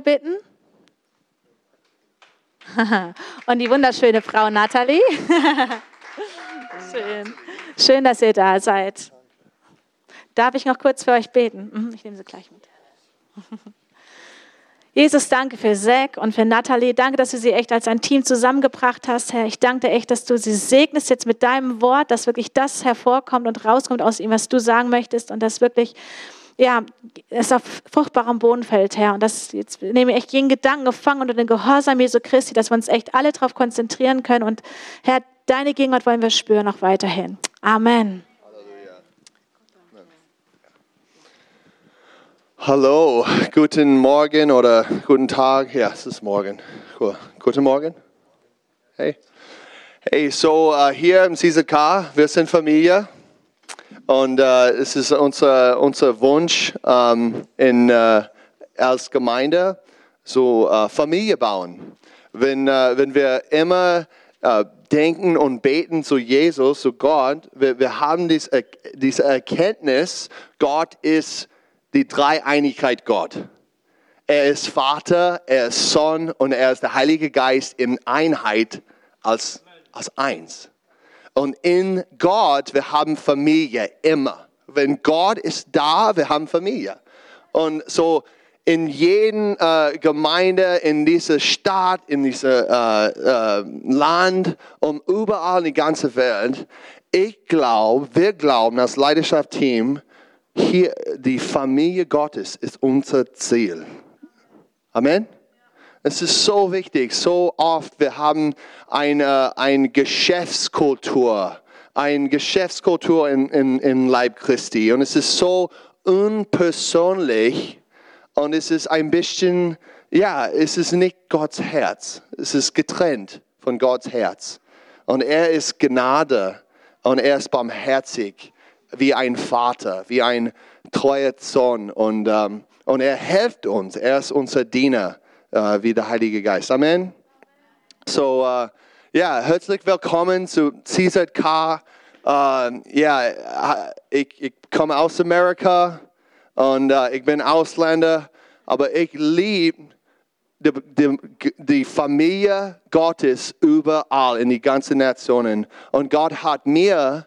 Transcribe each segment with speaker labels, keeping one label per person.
Speaker 1: bitten? Und die wunderschöne Frau Nathalie. Schön. Schön, dass ihr da seid. Darf ich noch kurz für euch beten? Mhm, Ich nehme sie gleich mit. Jesus, danke für Zack und für Nathalie. Danke, dass du sie echt als ein Team zusammengebracht hast, Herr. Ich danke dir echt, dass du sie segnest jetzt mit deinem Wort, dass wirklich das hervorkommt und rauskommt aus ihm, was du sagen möchtest und dass wirklich ja, es auf fruchtbarem Boden fällt, Herr. Und das jetzt nehme ich echt jeden Gedanken gefangen unter den Gehorsam Jesu Christi, dass wir uns echt alle darauf konzentrieren können. Und Herr, deine Gegenwart wollen wir spüren auch weiterhin. Amen.
Speaker 2: Hallo, guten Morgen oder guten Tag. Ja, es ist Morgen. Cool. Guten Morgen. Hey. Hey, so äh, hier im CZK, wir sind Familie und äh, es ist unser, unser Wunsch ähm, in, äh, als Gemeinde, so äh, Familie bauen. Wenn, äh, wenn wir immer äh, denken und beten zu Jesus, zu Gott, wir, wir haben dies, er- diese Erkenntnis, Gott ist die Dreieinigkeit Gott. Er ist Vater, er ist Sohn und er ist der Heilige Geist in Einheit als, als eins. Und in Gott, wir haben Familie immer. Wenn Gott ist da, wir haben Familie. Und so in jeden äh, Gemeinde, in dieser Stadt, in diesem äh, äh, Land und überall in der ganzen Welt, ich glaube, wir glauben als Leidenschaftsteam, hier die Familie Gottes ist unser Ziel. Amen. Es ist so wichtig, so oft, wir haben eine, eine Geschäftskultur, eine Geschäftskultur im, im, im Leib Christi. Und es ist so unpersönlich und es ist ein bisschen, ja, es ist nicht Gottes Herz. Es ist getrennt von Gottes Herz. Und er ist Gnade und er ist barmherzig wie ein Vater, wie ein treuer Sohn. Und, ähm, und er hilft uns, er ist unser Diener, äh, wie der Heilige Geist. Amen. So, äh, ja, herzlich willkommen zu CZK. Ähm, ja, äh, ich, ich komme aus Amerika und äh, ich bin Ausländer, aber ich liebe die, die, die Familie Gottes überall in die ganzen Nationen. Und Gott hat mir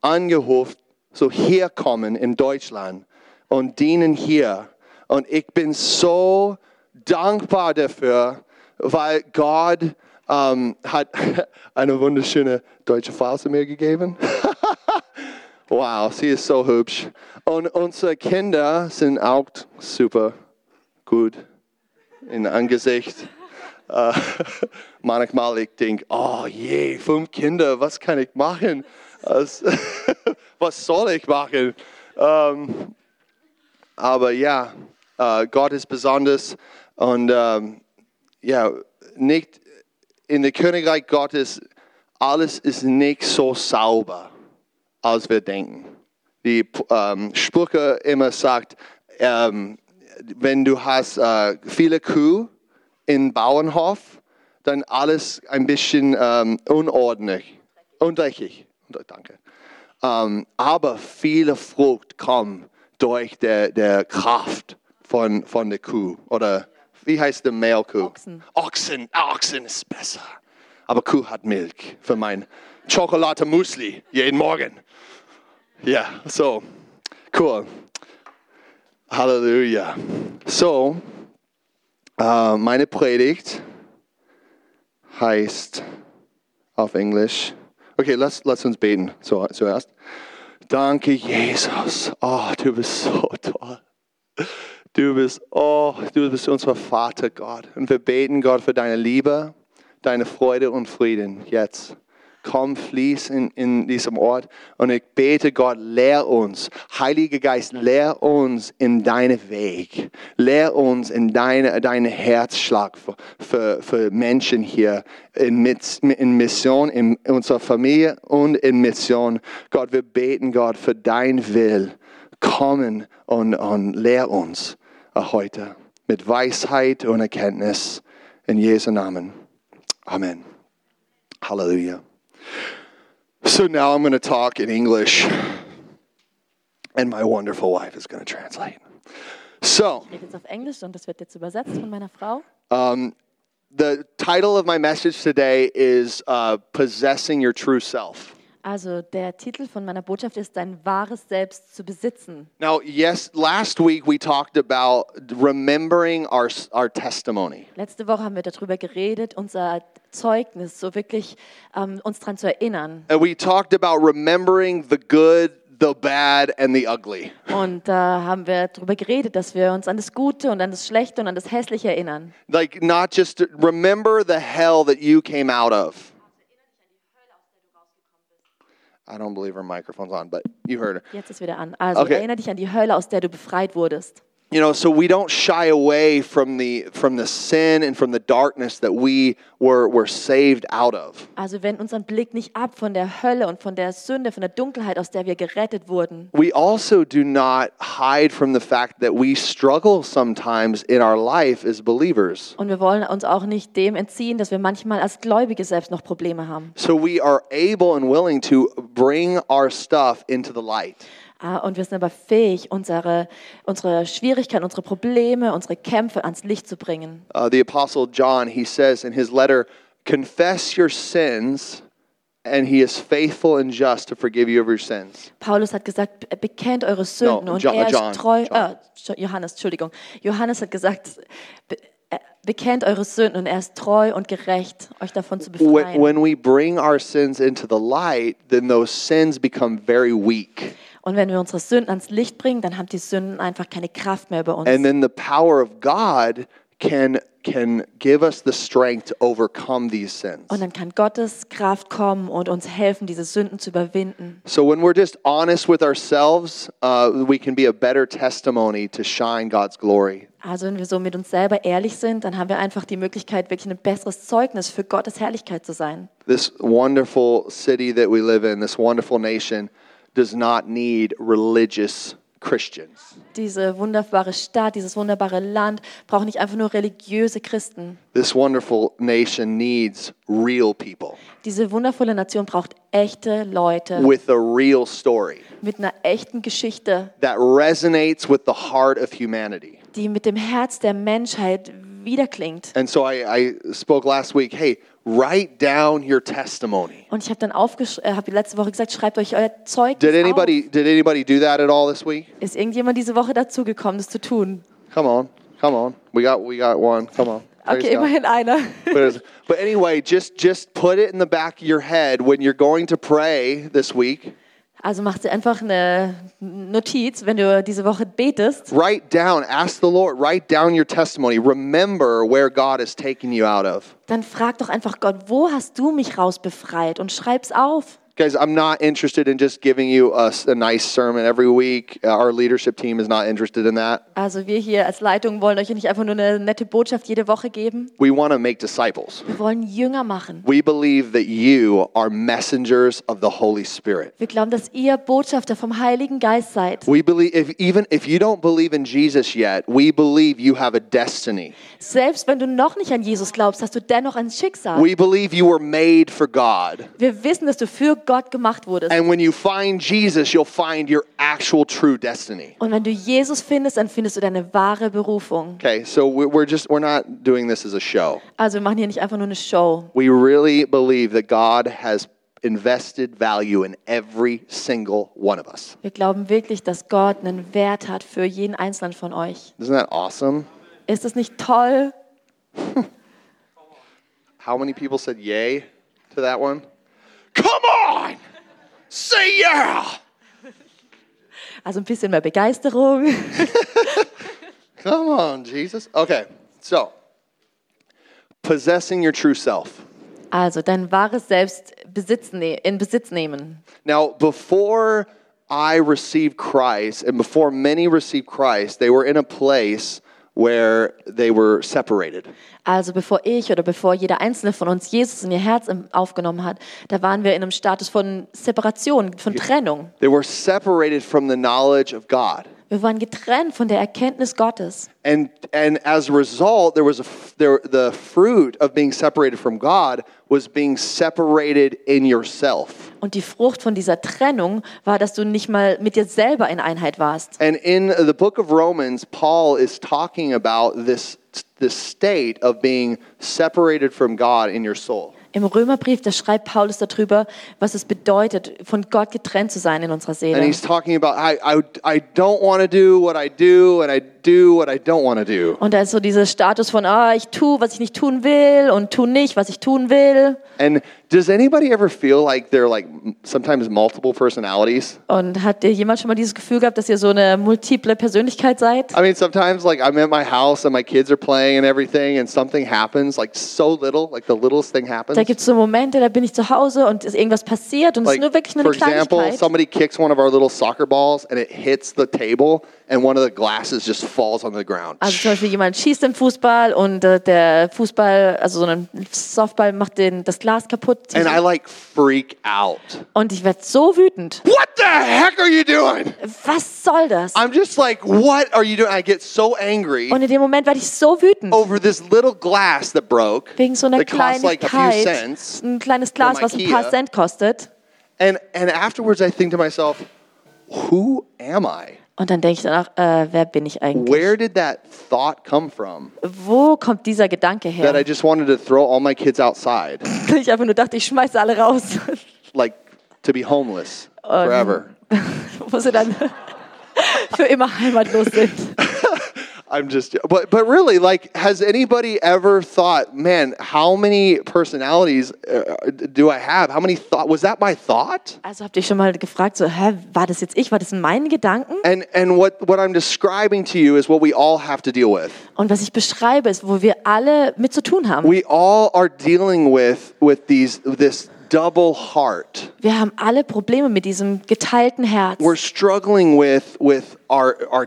Speaker 2: angerufen, so hier kommen in Deutschland und dienen hier. Und ich bin so dankbar dafür, weil Gott ähm, hat eine wunderschöne deutsche Frau zu mir gegeben. wow, sie ist so hübsch. Und unsere Kinder sind auch super gut in Angesicht. Äh, manchmal ich denke, oh je, fünf Kinder, was kann ich machen? Was, was soll ich machen? Ähm, aber ja, äh, Gott ist besonders und ähm, ja, nicht in der Königreich Gottes, alles ist nicht so sauber, als wir denken die ähm, Sprüche immer sagt, ähm, wenn du hast äh, viele Kühe im Bauernhof, dann alles ein bisschen ähm, unordentlich, undreckig. Und- Danke. Ähm, aber viele Frucht kommt durch der, der Kraft von, von der Kuh. Oder wie heißt der Mehlkuh? Ochsen. Ochsen. Ah, Ochsen ist besser. Aber Kuh hat Milch für mein Schokolade Müsli jeden Morgen. Ja, so, cool. Halleluja. So, äh, meine Predigt heißt auf Englisch. Okay, lass, lass uns beten zu, zuerst. Danke, Jesus. Oh, du bist so toll. Du bist, oh, du bist unser Vater, Gott. Und wir beten, Gott, für deine Liebe, deine Freude und Frieden jetzt. Komm, fließ in, in diesem Ort. Und ich bete, Gott, lehr uns. Heiliger Geist, lehr uns in deinen Weg. Lehr uns in deine, deinen Herzschlag für, für, für Menschen hier in, Mis- in Mission, in unserer Familie und in Mission. Gott, wir beten, Gott, für dein Will kommen und, und lehr uns heute mit Weisheit und Erkenntnis in Jesu Namen. Amen. Hallelujah. So now I'm going to talk in English, and my wonderful wife is going to translate. So,
Speaker 3: Ich rede jetzt auf Englisch und das wird jetzt übersetzt von meiner Frau.
Speaker 2: the title of my message today is uh, Possessing Your True Self.
Speaker 3: Also der Titel von meiner Botschaft ist, dein wahres Selbst zu besitzen.
Speaker 2: Now, yes, last week we talked about remembering our, our testimony.
Speaker 3: Letzte Woche haben wir darüber geredet, unser Zeugnis, so wirklich ähm, uns daran zu erinnern.
Speaker 2: And we talked about remembering the good, the bad, and the ugly.
Speaker 3: Und da haben wir darüber geredet, dass wir uns an das Gute und an das Schlechte und an das Hässliche erinnern.
Speaker 2: Like, not just remember the hell that you came out of. I don't believe her microphone's on, but you heard her.
Speaker 3: Jetzt ist wieder an. Also
Speaker 2: Okay.
Speaker 3: erinnere dich an die Hölle, aus der du befreit wurdest.
Speaker 2: You know, so we don't shy away from the from the sin and from the darkness that we were were saved out of.
Speaker 3: Also wenden unseren Blick nicht ab von der Hölle und von der Sünde, von der Dunkelheit, aus der wir gerettet wurden.
Speaker 2: we also do not hide from the fact that we struggle sometimes in our life as believers.
Speaker 3: Und wir wollen uns auch nicht dem entziehen, dass wir manchmal als Gläubige selbst noch Probleme haben.
Speaker 2: So we are able and willing to bring our stuff into the light.
Speaker 3: Ah, Und wir sind aber fähig, unsere, unsere Schwierigkeiten, unsere Probleme, unsere Kämpfe ans Licht zu bringen.
Speaker 2: Uh, the Apostle John, he says in his letter, confess your sins, and he is faithful and just to forgive you of your sins.
Speaker 3: Paulus hat gesagt, be- bekennt eure Sünden
Speaker 2: No,
Speaker 3: und
Speaker 2: Jo-
Speaker 3: er
Speaker 2: John,
Speaker 3: ist treu.
Speaker 2: John.
Speaker 3: Äh, Jo- Johannes, Entschuldigung. Johannes hat gesagt, be, äh, bekennt eure Sünden und er ist treu und gerecht, euch davon zu
Speaker 2: When,
Speaker 3: befreien.
Speaker 2: when we bring our sins into the light, then those sins become very weak.
Speaker 3: und wenn wir unsere Sünden ans Licht bringen, dann haben die Sünden einfach keine Kraft mehr über uns.
Speaker 2: and then the power of God can can give us the strength to overcome these sins.
Speaker 3: und dann kann Gottes Kraft kommen und uns helfen, diese Sünden zu überwinden.
Speaker 2: So when we're just honest with ourselves, uh, we can be a better testimony to shine God's glory.
Speaker 3: Also wenn wir so mit uns selber ehrlich sind, dann haben wir einfach die Möglichkeit, wirklich ein besseres Zeugnis für Gottes Herrlichkeit zu sein.
Speaker 2: This wonderful city that we live in, this wonderful nation, does not need religious Christians.
Speaker 3: Diese wunderbare Stadt, dieses wunderbare Land braucht nicht einfach nur religiöse Christen.
Speaker 2: This wonderful nation needs real people
Speaker 3: Diese wundervolle Nation braucht echte Leute
Speaker 2: with a real story
Speaker 3: mit einer echten Geschichte,
Speaker 2: that resonates with the heart of humanity.
Speaker 3: die mit dem Herz der Menschheit wiederklingt.
Speaker 2: And so I, I spoke last week hey, write down your testimony.
Speaker 3: Und ich habe dann aufgesch äh, hab letzte Woche gesagt, schreibt euch euer Zeugnis
Speaker 2: Did anybody, did anybody do that at all this week?
Speaker 3: auf. Ist irgendjemand diese Woche dazugekommen, das zu tun?
Speaker 2: Come on, come on. We got, we got one. Come on. Praise
Speaker 3: Okay,
Speaker 2: God.
Speaker 3: immerhin einer.
Speaker 2: But, it's- but anyway, just, just put it in the back of your head when you're going to pray this week.
Speaker 3: Also mach dir einfach eine Notiz, wenn du diese Woche betest.
Speaker 2: Write down, ask the Lord, write down your testimony. Remember where God has taken you out of.
Speaker 3: Dann frag doch einfach Gott, wo hast du mich rausbefreit? Und schreib's auf.
Speaker 2: Guys, I'm not interested in just giving you a, s- a nice sermon every week. Uh, Our leadership team is not interested in that.
Speaker 3: Also wir hier als Leitung wollen euch nicht einfach nur eine nette Botschaft jede Woche geben.
Speaker 2: We want to make disciples.
Speaker 3: Wir wollen Jünger machen.
Speaker 2: We believe that you are messengers of the Holy Spirit.
Speaker 3: Wir glauben, dass ihr Botschafter vom Heiligen Geist seid.
Speaker 2: We believe if even if you don't believe in Jesus yet, we believe you have a destiny.
Speaker 3: Selbst wenn du noch nicht an Jesus glaubst, hast du dennoch ein Schicksal.
Speaker 2: We believe you were made for God.
Speaker 3: Wir wissen, dass du für Gott gemacht wurdest.
Speaker 2: And when you find Jesus, you'll find your actual true destiny.
Speaker 3: Und wenn du Jesus findest, dann findest du deine wahre Berufung.
Speaker 2: Okay, so we- we're just we're not doing this as a show.
Speaker 3: Also wir machen hier nicht einfach nur eine Show.
Speaker 2: We really believe that God has invested value in every single one of us.
Speaker 3: Wir glauben wirklich, dass Gott einen Wert hat für jeden Einzelnen von euch.
Speaker 2: Isn't that awesome?
Speaker 3: Ist das nicht toll?
Speaker 2: How many people said yay to that one? Come on! Say yeah!
Speaker 3: Also ein bisschen mehr Begeisterung.
Speaker 2: Come on, Jesus. Okay, so possessing your true self.
Speaker 3: Also dein wahres Selbst Besitz ne in Besitz nehmen.
Speaker 2: Now, before I received Christ and before many received Christ, they were in a place where they were separated.
Speaker 3: Also bevor ich oder bevor jeder einzelne von uns Jesus in ihr Herz im- aufgenommen hat, da waren wir in einem Status von Separation, von Trennung.
Speaker 2: They were separated from the knowledge of God.
Speaker 3: Wir waren getrennt von der Erkenntnis Gottes.
Speaker 2: And, and as a result, there was a f- there, the fruit of being separated from God was being separated in yourself.
Speaker 3: Und die Frucht von dieser Trennung war, dass du nicht mal mit dir selber in Einheit warst.
Speaker 2: And in the book of Romans, Paul is talking about this, this state of being separated from God in your soul.
Speaker 3: Im Römerbrief, da schreibt Paulus darüber, was es bedeutet, von Gott getrennt zu sein in unserer
Speaker 2: And
Speaker 3: Seele.
Speaker 2: he's talking about, I, I, I don't want to do what I do, and I do what I don't want to do.
Speaker 3: Und da ist so dieser Status von, ah, ich tue, was ich nicht tun will und tu nicht, was ich tun will.
Speaker 2: And does anybody ever feel like they're like m- sometimes multiple personalities?
Speaker 3: Und hat dir jemand schon mal dieses Gefühl gehabt, dass ihr so eine multiple Persönlichkeit seid?
Speaker 2: I mean, sometimes like I'm at my house and my kids are playing and everything, and something happens, like so little, like the littlest thing happens.
Speaker 3: Da gibt es so Momente, da bin ich zu Hause und ist irgendwas passiert und es
Speaker 2: Like,
Speaker 3: ist nur wirklich nur
Speaker 2: for
Speaker 3: eine
Speaker 2: example,
Speaker 3: Kleinigkeit.
Speaker 2: somebody kicks one of our little soccer balls and it hits the table, and one of the glasses just falls on the ground.
Speaker 3: Also zum Beispiel jemand schießt den Fußball und äh, der Fußball, also so ein Softball macht den, das Glas kaputt.
Speaker 2: And I like freak out.
Speaker 3: Und ich werde so wütend.
Speaker 2: What the heck are you doing?
Speaker 3: Was soll das?
Speaker 2: I'm just like, what are you doing? I get so angry
Speaker 3: Und in dem Moment werde ich so wütend.
Speaker 2: over this little glass that broke
Speaker 3: Wegen so einer
Speaker 2: that cost like a few
Speaker 3: Kleinigkeit.
Speaker 2: cents.
Speaker 3: Ein kleines Glas,
Speaker 2: from
Speaker 3: was ein paar
Speaker 2: Oh Ikea.
Speaker 3: Cent kostet.
Speaker 2: And and afterwards, I think to myself, who am I?
Speaker 3: Und dann denke ich danach, äh, wer bin ich eigentlich?
Speaker 2: Where did that thought come from?
Speaker 3: Wo kommt dieser Gedanke her?
Speaker 2: That I just wanted to throw all my kids outside,
Speaker 3: ich einfach nur dachte, ich schmeiße alle raus.
Speaker 2: like to be homeless forever.
Speaker 3: Wo sie dann für immer heimatlos sind.
Speaker 2: I'm just, but but really, like, has anybody ever thought, man, how many personalities uh, do I have? How many thought? Was that my thought?
Speaker 3: Also habt ihr schon mal gefragt, so, hä, war das jetzt ich? War das in meinen Gedanken?
Speaker 2: And and what what I'm describing to you is what we all have to deal with.
Speaker 3: Und was ich beschreibe, ist, wo wir alle mit zu tun haben.
Speaker 2: We all are dealing with with these this double heart.
Speaker 3: Wir haben alle Probleme mit diesem geteilten Herz.
Speaker 2: We're struggling with with our our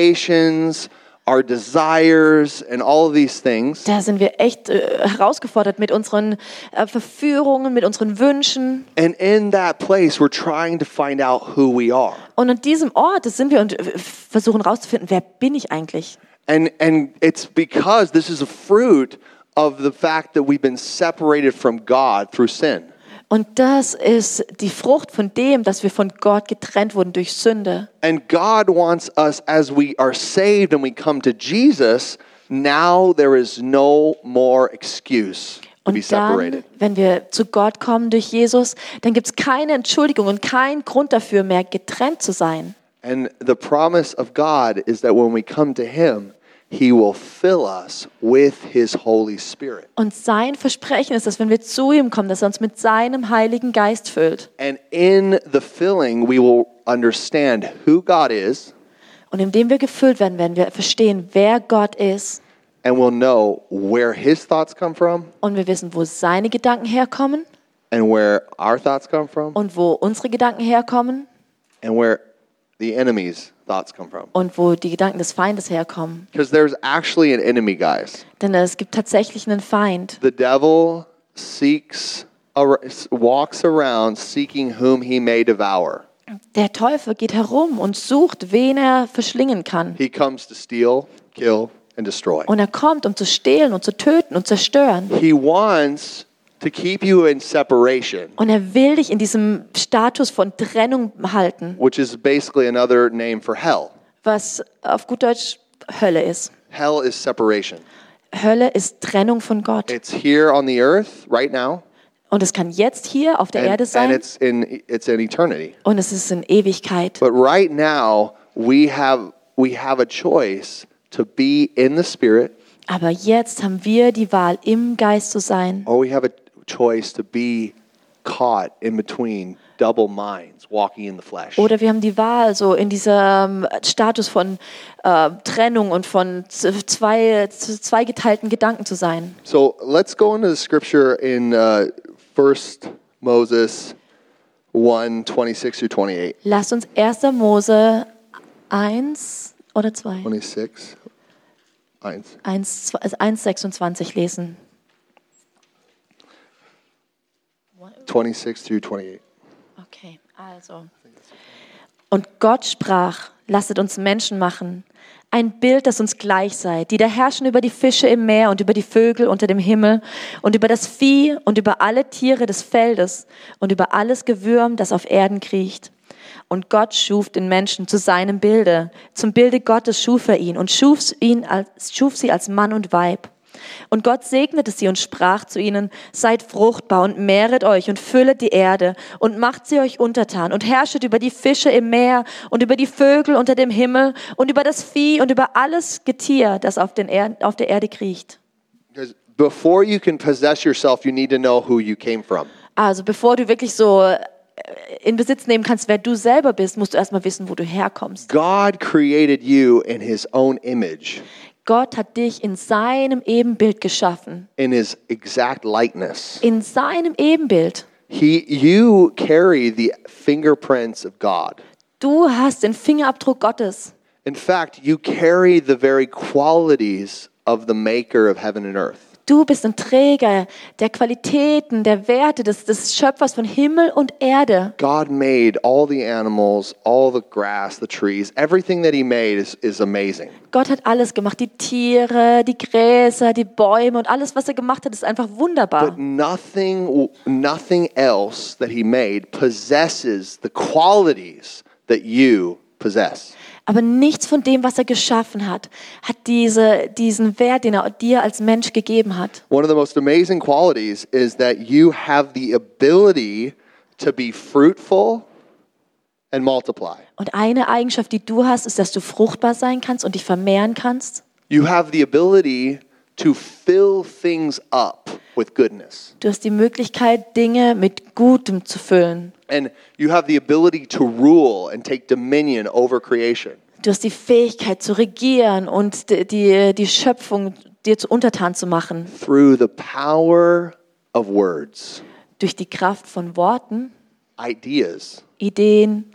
Speaker 2: temptations, our desires, and all of these things.
Speaker 3: Da sind wir echt äh, herausgefordert mit unseren äh, Verführungen, mit unseren Wünschen.
Speaker 2: And in that place, we're trying to find out who we are.
Speaker 3: Und an diesem Ort das sind wir und äh, versuchen herauszufinden, wer bin ich eigentlich?
Speaker 2: And and it's because this is a fruit of the fact that we've been separated from God through sin.
Speaker 3: Und das ist die Frucht von dem, dass wir von Gott getrennt wurden durch Sünde.
Speaker 2: And God wants us as we are saved and we come to Jesus, now there is no more excuse to be
Speaker 3: Und dann,
Speaker 2: separated.
Speaker 3: wenn wir zu Gott kommen durch Jesus, dann gibt es keine Entschuldigung und keinen Grund dafür mehr, getrennt zu sein.
Speaker 2: And the promise of God is that when we come to him, he will fill us with his Holy Spirit.
Speaker 3: Und sein Versprechen ist, dass wenn wir zu ihm kommen, dass er uns mit seinem Heiligen Geist füllt.
Speaker 2: And in the filling, we will understand who God is
Speaker 3: Und indem wir gefüllt werden, werden wir verstehen, wer Gott ist.
Speaker 2: and we'll know where his thoughts come from
Speaker 3: Und wir wissen, wo seine Gedanken herkommen
Speaker 2: and where our thoughts come from
Speaker 3: und wo unsere Gedanken herkommen
Speaker 2: and where the enemy's thoughts come from.
Speaker 3: und wo die Gedanken des Feindes herkommen.
Speaker 2: Because there's actually an enemy, guys.
Speaker 3: Denn es gibt tatsächlich einen Feind.
Speaker 2: The devil seeks, ar- walks around seeking whom he may devour.
Speaker 3: Der Teufel geht herum und sucht, wen er verschlingen kann.
Speaker 2: He comes to steal, kill, and destroy.
Speaker 3: Und er kommt, um zu stehlen und zu töten und zerstören.
Speaker 2: He wants to keep you in separation,
Speaker 3: Und er will dich in diesem Status von Trennung halten,
Speaker 2: which is basically another name for hell.
Speaker 3: was auf gut Deutsch Hölle ist.
Speaker 2: Hell is separation.
Speaker 3: Hölle ist Trennung von Gott.
Speaker 2: It's here on the earth right now,
Speaker 3: Und es kann jetzt hier auf der
Speaker 2: and,
Speaker 3: Erde
Speaker 2: and
Speaker 3: sein
Speaker 2: it's in it's in eternity.
Speaker 3: und es ist in Ewigkeit.
Speaker 2: But right now, we have we have a choice to be in the spirit,
Speaker 3: Aber jetzt haben wir die Wahl, im Geist zu sein.
Speaker 2: or we have a choice to be caught in between double minds, walking in the flesh.
Speaker 3: Oder wir haben die Wahl, so in diesem Status von äh, Trennung und von z- zwei, z- zweigeteilten Gedanken zu sein.
Speaker 2: So let's go into the scripture in uh, 1 Moses 1 26 through 28.
Speaker 3: Lasst uns 1. Mose 1 oder 2?
Speaker 2: 26. Eins.
Speaker 3: 1, 2 also 1, 26 lesen.
Speaker 2: 26 through 28.
Speaker 3: Okay, also. Und Gott sprach, lasset uns Menschen machen, ein Bild, das uns gleich sei, die da herrschen über die Fische im Meer und über die Vögel unter dem Himmel und über das Vieh und über alle Tiere des Feldes und über alles Gewürm, das auf Erden kriecht. Und Gott schuf den Menschen zu seinem Bilde. Zum Bilde Gottes schuf er ihn und schuf, ihn als, schuf sie als Mann und Weib. Und Gott segnete sie und sprach zu ihnen, seid fruchtbar und mehret euch und füllet die Erde und macht sie euch untertan und herrschet über die Fische im Meer und über die Vögel unter dem Himmel und über das Vieh und über alles Getier, das auf, den er auf der Erde kriecht.
Speaker 2: 'Cause before you can possess yourself, you need to know who you came from.
Speaker 3: Also bevor du wirklich so äh, in Besitz nehmen kannst, wer du selber bist, musst du erstmal wissen, wo du herkommst.
Speaker 2: God created you in his own image,
Speaker 3: Gott hat dich in seinem Ebenbild geschaffen.
Speaker 2: in his exact likeness.
Speaker 3: In seinem Ebenbild.
Speaker 2: He, you carry the fingerprints of God.
Speaker 3: Du hast den Fingerabdruck Gottes.
Speaker 2: In fact, you carry the very qualities of the maker of heaven and earth.
Speaker 3: Du bist ein Träger der Qualitäten, der Werte des, des Schöpfers von Himmel und Erde.
Speaker 2: God made all the animals, all the grass, the trees, everything that he made is, is amazing.
Speaker 3: Gott hat alles gemacht, die Tiere, die Gräser, die Bäume und alles, was er gemacht hat, ist einfach wunderbar.
Speaker 2: But nothing, nothing else that he made possesses the qualities that you possess.
Speaker 3: Aber nichts von dem, was er geschaffen hat, hat diese, diesen Wert, den er dir als Mensch gegeben hat.
Speaker 2: One of the most amazing qualities is that you have the ability to be fruitful and multiply.
Speaker 3: Und eine Eigenschaft, die du hast, ist, dass du fruchtbar sein kannst und dich vermehren kannst.
Speaker 2: You have the ability to fill things up with goodness.
Speaker 3: Du hast die Möglichkeit, Dinge mit Gutem zu füllen.
Speaker 2: And you have the ability to rule and take dominion over creation.
Speaker 3: Du hast die Fähigkeit zu regieren und die, die, die Schöpfung dir zu untertan zu machen.
Speaker 2: through the power of words,
Speaker 3: Durch die Kraft von Worten,
Speaker 2: ideas.
Speaker 3: Ideen.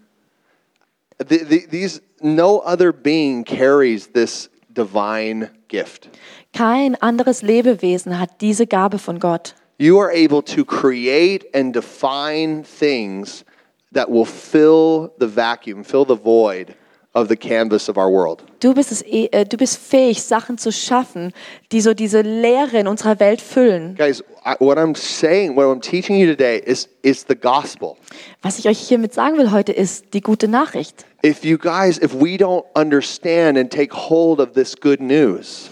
Speaker 2: The, the, these no other being carries this divine gift.
Speaker 3: Kein anderes Lebewesen hat diese Gabe von Gott.
Speaker 2: You are able to create and define things that will fill the vacuum, fill the void of the canvas of our world.
Speaker 3: Du bist, es, eh- äh, du bist fähig, Sachen zu schaffen, die so diese Leere in unserer Welt füllen.
Speaker 2: Guys, I, what I'm saying, what I'm teaching you today is is the gospel.
Speaker 3: Was ich euch hiermit sagen will heute ist die gute Nachricht.
Speaker 2: If you guys, if we don't understand and take hold of this good news,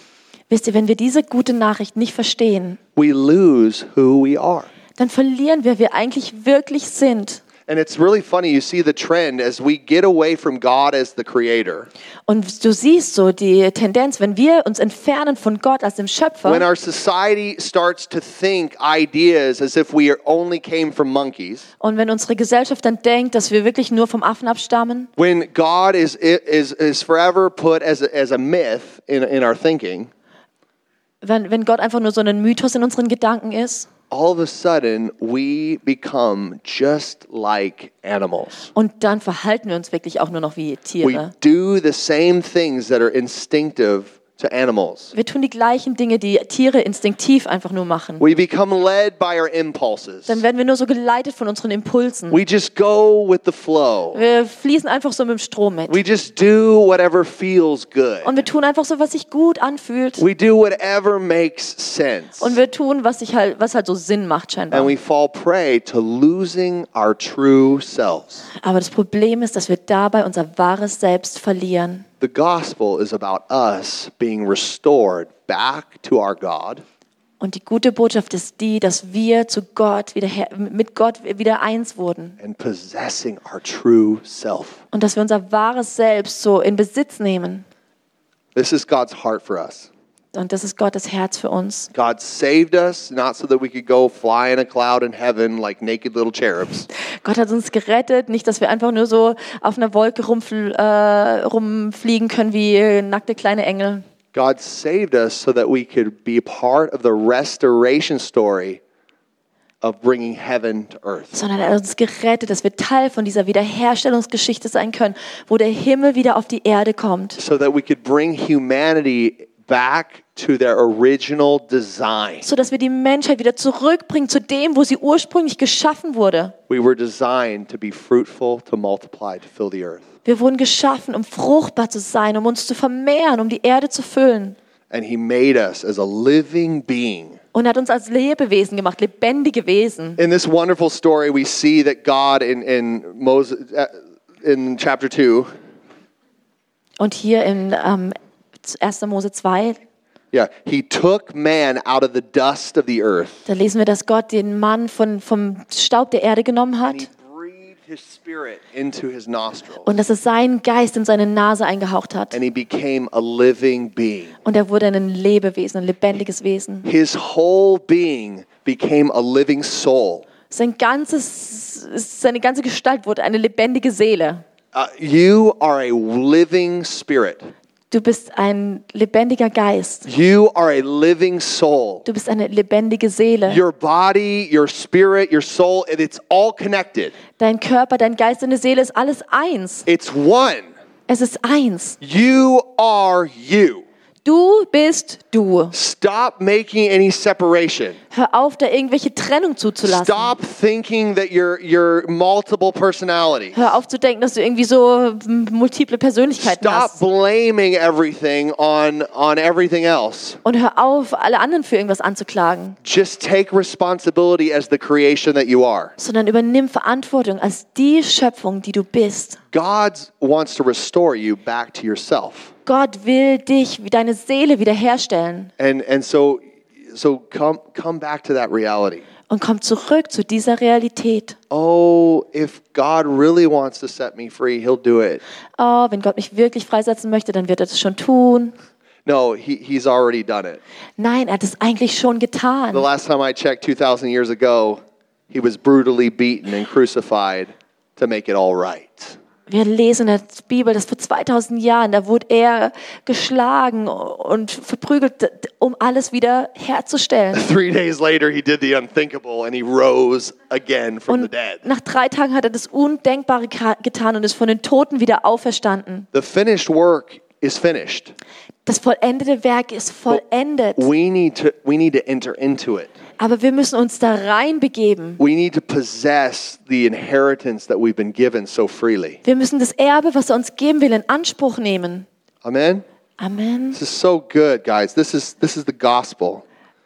Speaker 3: Wisst ihr, wenn wir diese gute Nachricht nicht verstehen,
Speaker 2: we lose who we are.
Speaker 3: dann verlieren wir, wer eigentlich wirklich sind.
Speaker 2: And it's really funny, you see the trend as we get away from God as the creator.
Speaker 3: Und du siehst so die Tendenz, wenn wir uns entfernen von Gott als dem
Speaker 2: When
Speaker 3: Schöpfer
Speaker 2: our society starts to think ideas as if we are only came from monkeys,
Speaker 3: und wenn unsere Gesellschaft dann denkt, dass wir wirklich nur vom Affen abstammen,
Speaker 2: when God is, is, is forever put as a, as a myth in, in our thinking,
Speaker 3: wenn, wenn Gott einfach nur so ein Mythos in unseren Gedanken ist
Speaker 2: all of a sudden we become just like animals.
Speaker 3: und dann verhalten wir uns wirklich auch nur noch wie
Speaker 2: We
Speaker 3: Tiere.
Speaker 2: do the same things that are instinctive to animals.
Speaker 3: Wir tun die gleichen Dinge, die Tiere instinktiv einfach nur machen.
Speaker 2: We become led by our impulses.
Speaker 3: Dann werden wir nur so geleitet von unseren Impulsen.
Speaker 2: We just go with the flow.
Speaker 3: Wir fließen einfach so mit dem Strom mit.
Speaker 2: We just do whatever feels good.
Speaker 3: Und wir tun einfach so, was sich gut anfühlt.
Speaker 2: We do whatever makes sense.
Speaker 3: Und wir tun, was, sich halt, was halt so Sinn macht
Speaker 2: And
Speaker 3: scheinbar.
Speaker 2: we fall prey to losing our true selves.
Speaker 3: Aber das Problem ist, dass wir dabei unser wahres Selbst verlieren.
Speaker 2: The gospel is about us being restored back to our God
Speaker 3: Und die gute Botschaft ist die, dass wir zu Gott wieder her- mit Gott wieder eins wurden
Speaker 2: and possessing our true self.
Speaker 3: und dass wir unser wahres Selbst so in Besitz nehmen.
Speaker 2: This is God's heart for us.
Speaker 3: Und das ist Gottes Herz für uns.
Speaker 2: God saved us not so that we could go fly in a cloud in heaven like naked little cherubs,
Speaker 3: Gott hat uns gerettet, nicht, dass wir einfach nur so auf einer Wolke rumfl äh, rumfliegen können wie nackte kleine Engel.
Speaker 2: God saved us so that we could be part of the restoration story of bringing heaven to earth.
Speaker 3: sondern er hat uns gerettet, dass wir Teil von dieser Wiederherstellungsgeschichte sein können, wo der Himmel wieder auf die Erde kommt,
Speaker 2: So that we could bring humanity back to their original design.
Speaker 3: so dass wir die Menschheit wieder zurückbringen zu dem, wo sie ursprünglich geschaffen wurde.
Speaker 2: We were designed to be fruitful, to multiply, to fill the earth.
Speaker 3: Wir wurden geschaffen, um fruchtbar zu sein, um uns zu vermehren, um die Erde zu füllen.
Speaker 2: And He made us as a living being.
Speaker 3: Und hat uns als Lebewesen gemacht, lebendige Wesen.
Speaker 2: In this wonderful story, we see that God in, in, Moses, uh, in chapter 2,
Speaker 3: Und hier in ähm, 1. Mose 2,
Speaker 2: yeah, He took man out of the dust of the earth.
Speaker 3: da lesen wir, dass Gott den Mann von, vom Staub der Erde genommen
Speaker 2: And He
Speaker 3: hat
Speaker 2: breathed His spirit into His nostrils.
Speaker 3: und dass es seinen Geist in seine Nase eingehaucht hat.
Speaker 2: And He became a living being.
Speaker 3: Und er wurde ein Lebewesen, ein lebendiges Wesen.
Speaker 2: His whole being became a living soul.
Speaker 3: Sein ganzes, seine ganze Gestalt wurde eine lebendige Seele.
Speaker 2: Uh, you are a living spirit.
Speaker 3: Du bist ein lebendiger Geist.
Speaker 2: You are a living soul.
Speaker 3: Du bist eine lebendige Seele.
Speaker 2: Your body, your spirit, your soul, it- it's all connected.
Speaker 3: Dein Körper, dein Geist, deine Seele ist alles eins.
Speaker 2: It's one.
Speaker 3: Es ist eins.
Speaker 2: You are you.
Speaker 3: Du bist du.
Speaker 2: Stop making any separation.
Speaker 3: Hör auf, da irgendwelche Trennung zuzulassen.
Speaker 2: Stop thinking that you're you're multiple personality.
Speaker 3: Hör auf zu denken, dass du irgendwie so m- multiple Persönlichkeiten
Speaker 2: Stop
Speaker 3: hast.
Speaker 2: blaming everything on on everything else.
Speaker 3: Und hör auf, alle anderen für irgendwas anzuklagen,
Speaker 2: Just take responsibility as the creation that you are.
Speaker 3: sondern übernimm Verantwortung als die Schöpfung, die du bist.
Speaker 2: God wants to restore you back to yourself.
Speaker 3: Gott will dich, wie deine Seele wiederherstellen
Speaker 2: And and so so come come back to that reality.
Speaker 3: und komm zurück zu dieser Realität.
Speaker 2: Oh, if God really wants to set me free, he'll do it.
Speaker 3: Oh, wenn Gott mich wirklich freisetzen möchte, dann wird er das schon tun.
Speaker 2: No, he, he's already done it.
Speaker 3: Nein, er hat es eigentlich schon
Speaker 2: The
Speaker 3: getan.
Speaker 2: last time I checked 2000 years ago, he was brutally beaten and crucified to make it all right.
Speaker 3: Wir lesen in der Bibel, dass vor 2000 Jahren, da wurde er geschlagen und verprügelt, um alles wieder herzustellen.
Speaker 2: 3 days later he did the unthinkable and he rose again from the
Speaker 3: Und
Speaker 2: dead.
Speaker 3: nach drei Tagen hat er das Undenkbare ka- getan und ist von den Toten wieder auferstanden.
Speaker 2: The finished work is finished.
Speaker 3: Das vollendete Werk ist vollendet.
Speaker 2: We need to we need to enter into it.
Speaker 3: Aber wir müssen uns da reinbegeben.
Speaker 2: We need to possess the inheritance that we've been given so freely.
Speaker 3: Wir müssen das Erbe, was er uns geben will, in Anspruch nehmen.
Speaker 2: Amen.
Speaker 3: Amen.
Speaker 2: This is so good, guys. This is this is the gospel.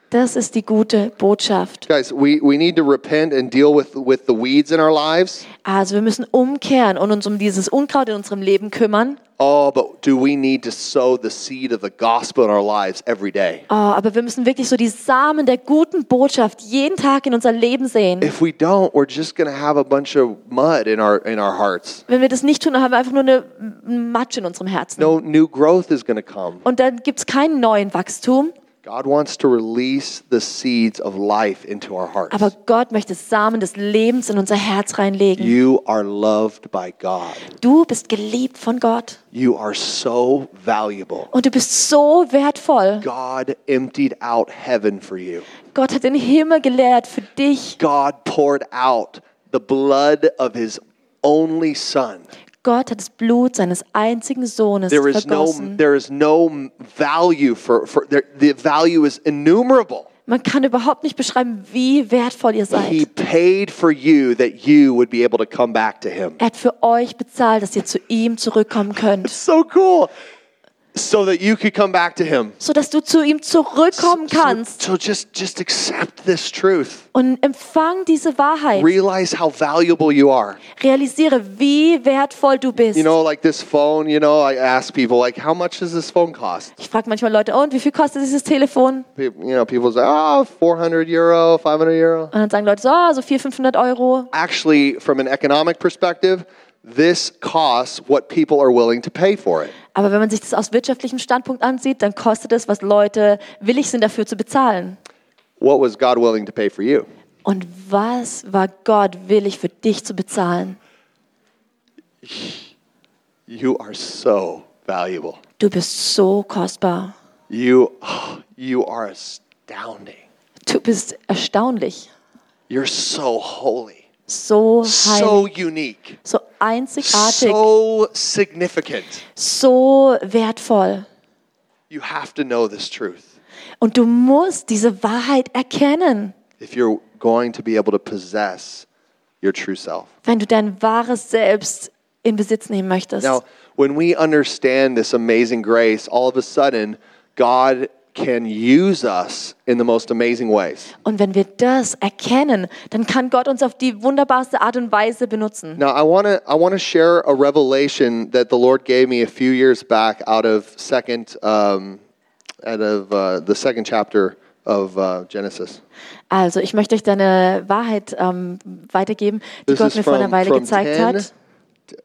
Speaker 3: Das ist die gute Botschaft.
Speaker 2: Guys, we, we need to repent and deal with, with the weeds in our lives.
Speaker 3: Also wir müssen umkehren und uns um dieses Unkraut in unserem Leben kümmern.
Speaker 2: Oh, but do we need to sow the seed of the gospel in our lives every day?
Speaker 3: Oh, aber wir müssen wirklich so die Samen der guten Botschaft jeden Tag in unser Leben sehen.
Speaker 2: If we don't, we're just going to have a bunch of mud in our in our hearts.
Speaker 3: Wenn wir das nicht tun, dann haben wir einfach nur eine Matsch in unserem Herzen.
Speaker 2: No new growth is going to come.
Speaker 3: Und dann gibt es keinen neuen Wachstum.
Speaker 2: God wants to release the seeds of life into our hearts.
Speaker 3: Aber Gott möchte Samen des Lebens in unser Herz reinlegen.
Speaker 2: You are loved by God.
Speaker 3: Du bist geliebt von Gott
Speaker 2: You are so valuable.
Speaker 3: und du bist so wertvoll.
Speaker 2: God emptied out heaven for you.
Speaker 3: Gott hat den Himmel geleert für dich.
Speaker 2: God poured out the blood of his only son.
Speaker 3: Gott hat das Blut seines einzigen Sohnes
Speaker 2: There is no
Speaker 3: vergossen.
Speaker 2: there is no value for for there, the value is innumerable.
Speaker 3: Man kann überhaupt nicht beschreiben, wie wertvoll ihr
Speaker 2: He
Speaker 3: seid.
Speaker 2: paid for you that you would be able to come back to him.
Speaker 3: Er hat für euch bezahlt, dass ihr zu ihm zurückkommen könnt,
Speaker 2: So cool. So that you could come back to him.
Speaker 3: sodass du zu ihm zurückkommen
Speaker 2: So,
Speaker 3: kannst.
Speaker 2: so just just accept this truth.
Speaker 3: Und empfang diese Wahrheit.
Speaker 2: Realize how valuable you are.
Speaker 3: Realisiere, wie wertvoll du bist.
Speaker 2: You know, like this phone, you know, I ask people, like, how much does this phone cost?
Speaker 3: Ich frage manchmal Leute, oh, und wie viel kostet dieses Telefon?
Speaker 2: People, you know, people say, oh, 400 euro, 500 euro.
Speaker 3: Und dann sagen Leute so, ah, so 400, 500 Euro.
Speaker 2: Actually, from an economic perspective, this costs what people are willing to pay for it.
Speaker 3: Aber wenn man sich das aus wirtschaftlichem Standpunkt ansieht, dann kostet es, was Leute willig sind, dafür zu bezahlen.
Speaker 2: What was God willing to pay for you?
Speaker 3: Und was war Gott willig für dich zu bezahlen?
Speaker 2: You are so valuable.
Speaker 3: Du bist so kostbar.
Speaker 2: You, oh, you are astounding.
Speaker 3: Du bist erstaunlich.
Speaker 2: You're so holy,
Speaker 3: So heilig,
Speaker 2: so unique,
Speaker 3: so einzigartig,
Speaker 2: so significant.
Speaker 3: so wertvoll.
Speaker 2: You have to know this truth
Speaker 3: Und du musst diese Wahrheit erkennen,
Speaker 2: if you're going to be able to possess your true self.
Speaker 3: wenn du dein wahres Selbst in Besitz nehmen möchtest.
Speaker 2: Now, when we understand this amazing grace, all of a sudden, God can use us in the most amazing ways.
Speaker 3: Und wenn wir das erkennen, dann kann Gott uns auf die wunderbarste Art und Weise benutzen.
Speaker 2: Now, I want to I want to share a revelation that the Lord gave me a few years back out of second um, out of uh, the second chapter of uh, Genesis.
Speaker 3: Also, ich möchte euch deine Wahrheit ähm, weitergeben, die
Speaker 2: This
Speaker 3: Gott
Speaker 2: is
Speaker 3: mir vor einer
Speaker 2: from,
Speaker 3: Weile
Speaker 2: from
Speaker 3: gezeigt
Speaker 2: 10,
Speaker 3: hat.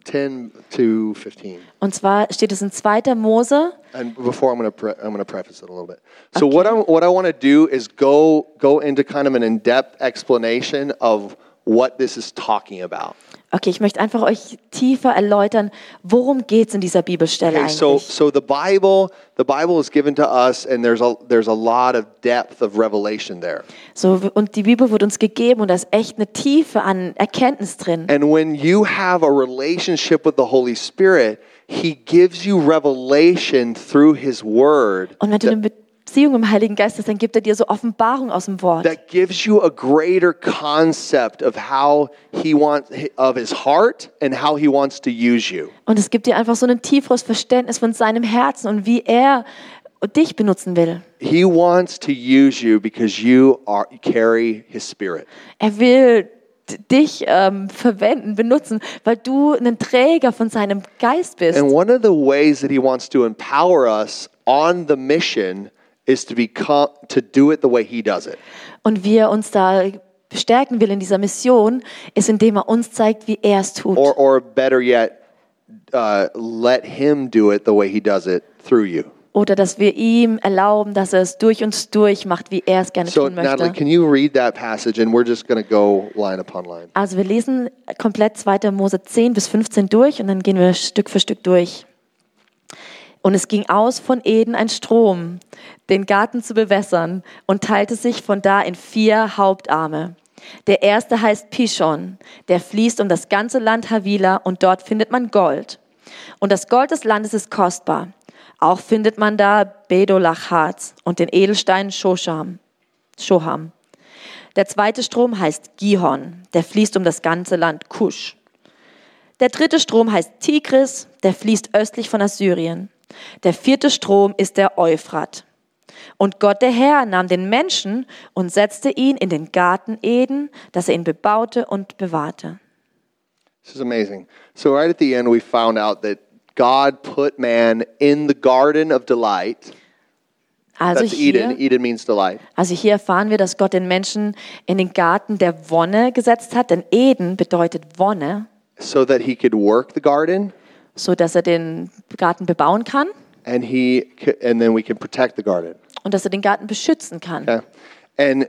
Speaker 2: 10 to 15.
Speaker 3: Und zwar steht es in 2. Mose.
Speaker 2: And before I'm going to pre- I'm going to preface it a little bit. So what I what I want to do is go go into kind of an in-depth explanation of what this is talking about.
Speaker 3: Okay, ich möchte einfach euch tiefer erläutern, worum geht es in dieser Bibelstelle
Speaker 2: Okay,
Speaker 3: eigentlich.
Speaker 2: so so the Bible the Bible is given to us, and there's a there's a lot of depth of revelation there.
Speaker 3: so, und die Bibel wird uns gegeben und da ist echt eine Tiefe an Erkenntnis drin.
Speaker 2: And when you have a relationship with the Holy Spirit, He gives you revelation through His Word
Speaker 3: Und wenn du eine Beziehung im Heiligen Geist hast, dann gibt er dir so Offenbarung aus dem Wort.
Speaker 2: that gives you a greater concept of how He wants of His heart and how He wants to use you.
Speaker 3: Und es gibt dir einfach so ein tieferes Verständnis von seinem Herzen und wie er dich benutzen will.
Speaker 2: He wants to use you because you are carry His Spirit.
Speaker 3: Er will d- dich ähm, verwenden, benutzen, weil du ein Träger von seinem Geist bist.
Speaker 2: And one of the ways that He wants to empower us on the mission is to become to do it the way He does it.
Speaker 3: Und wie er uns da stärken will in dieser Mission, ist, indem er uns zeigt, wie er es tut.
Speaker 2: or or better yet, uh, let him do it the way he does it through you.
Speaker 3: Oder dass wir ihm erlauben, dass er es durch uns durch macht, wie er es gerne
Speaker 2: So
Speaker 3: tun möchte.
Speaker 2: Natalie, can you read that passage? And we're just going to go line upon line.
Speaker 3: Also wir lesen komplett 2. Mose 10 bis 15 durch und dann gehen wir Stück für Stück durch. Und es ging aus von Eden ein Strom, den Garten zu bewässern, und teilte sich von da in vier Hauptarme. Der erste heißt Pishon, der fließt um das ganze Land Havila und dort findet man Gold. Und das Gold des Landes ist kostbar. Auch findet man da Bedolacharz und den Edelstein Shosham. Shoham. Der zweite Strom heißt Gihon, der fließt um das ganze Land Kusch. Der dritte Strom heißt Tigris, der fließt östlich von Assyrien. Der vierte Strom ist der Euphrat. Und Gott der Herr nahm den Menschen und setzte ihn in den Garten Eden, dass er ihn bebaute und bewahrte.
Speaker 2: This is amazing. So right at the end, we found out that God put man in the garden of delight.
Speaker 3: Also
Speaker 2: That's Eden.
Speaker 3: hier,
Speaker 2: Eden means delight.
Speaker 3: also hier erfahren wir, dass Gott den Menschen in den Garten der Wonne gesetzt hat, denn Eden bedeutet Wonne,
Speaker 2: So that he could work the garden,
Speaker 3: so dass er den Garten bebauen kann
Speaker 2: and he c- and then we can protect the garden.
Speaker 3: und dass er den Garten beschützen kann.
Speaker 2: Okay. And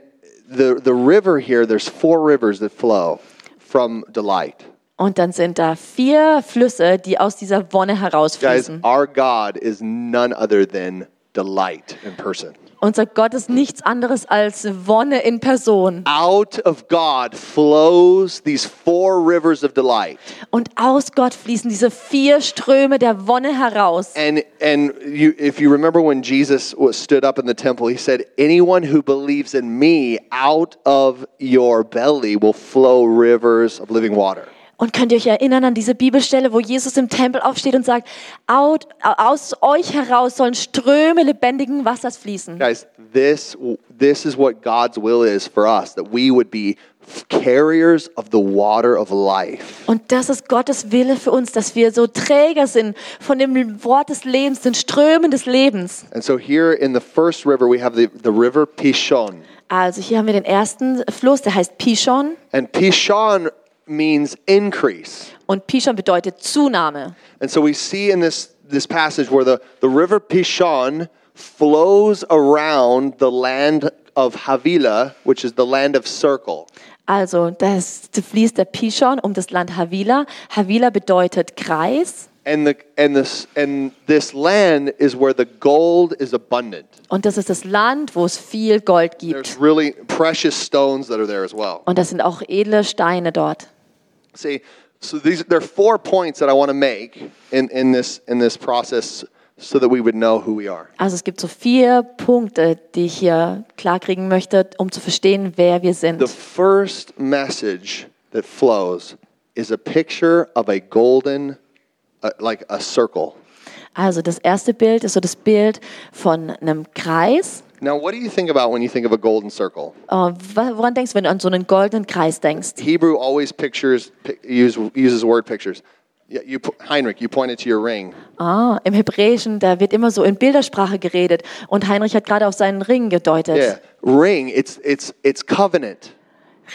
Speaker 2: the the river here, there's four rivers that flow from delight.
Speaker 3: Und dann sind da vier Flüsse, die aus dieser Wonne
Speaker 2: Guys,
Speaker 3: herausfließen.
Speaker 2: our God is none other than delight in person.
Speaker 3: Unser Gott ist nichts anderes als Wonne in Person.
Speaker 2: Out of God flows these four rivers of delight.
Speaker 3: Und aus Gott fließen diese vier Ströme der Wonne heraus.
Speaker 2: And and you if you remember when Jesus was stood up in the temple, he said, "Anyone who believes in me, out of your belly will flow rivers of living water."
Speaker 3: Und könnt ihr euch erinnern an diese Bibelstelle, wo Jesus im Tempel aufsteht und sagt, Out, aus euch heraus sollen Ströme lebendigen Wassers fließen.
Speaker 2: Guys, this this is what God's will is for us that we would be carriers of the water of life.
Speaker 3: Und das ist Gottes Wille für uns, dass wir so Träger sind von dem Wort des Lebens, den Strömen des Lebens.
Speaker 2: And so here in the first river, we have the, the river Pishon.
Speaker 3: Also hier haben wir den ersten Fluss, der heißt Pishon.
Speaker 2: And Pishon means increase.
Speaker 3: Und Pishon bedeutet Zunahme.
Speaker 2: And so we see in this, this passage where the, the river Pishon flows around the land of Havilah, which is the land of circle.
Speaker 3: Also, das fließt der Pishon um das Land Havila. Havila bedeutet Kreis
Speaker 2: And, the, and, this, and this land is where the gold is abundant.
Speaker 3: und das ist das Land, wo es viel Gold
Speaker 2: There's
Speaker 3: gibt.
Speaker 2: really precious stones that are there as well.
Speaker 3: Und das sind auch edle Steine dort.
Speaker 2: See, so these there are four points that I want to make in, in this in this process so that we would know who we are.
Speaker 3: Also es gibt so vier Punkte, die ich hier klarkriegen möchte, um zu verstehen, wer
Speaker 2: The
Speaker 3: wir sind.
Speaker 2: first message that flows is a picture of a golden, uh, like a circle.
Speaker 3: Also das erste Bild ist so das Bild von einem Kreis.
Speaker 2: Now, what do you think about when you think of a golden circle?
Speaker 3: Äh, wa- woran denkst du, wenn du an so einen goldenen Kreis denkst?
Speaker 2: Hebrew always pictures pi- use, uses word pictures. Yeah, you, po- Heinrich, you pointed to your ring.
Speaker 3: Ah, im Hebräischen, da wird immer so in Bildersprache geredet. Und Heinrich hat gerade auf seinen Ring gedeutet.
Speaker 2: Yeah, ring. It's it's it's covenant.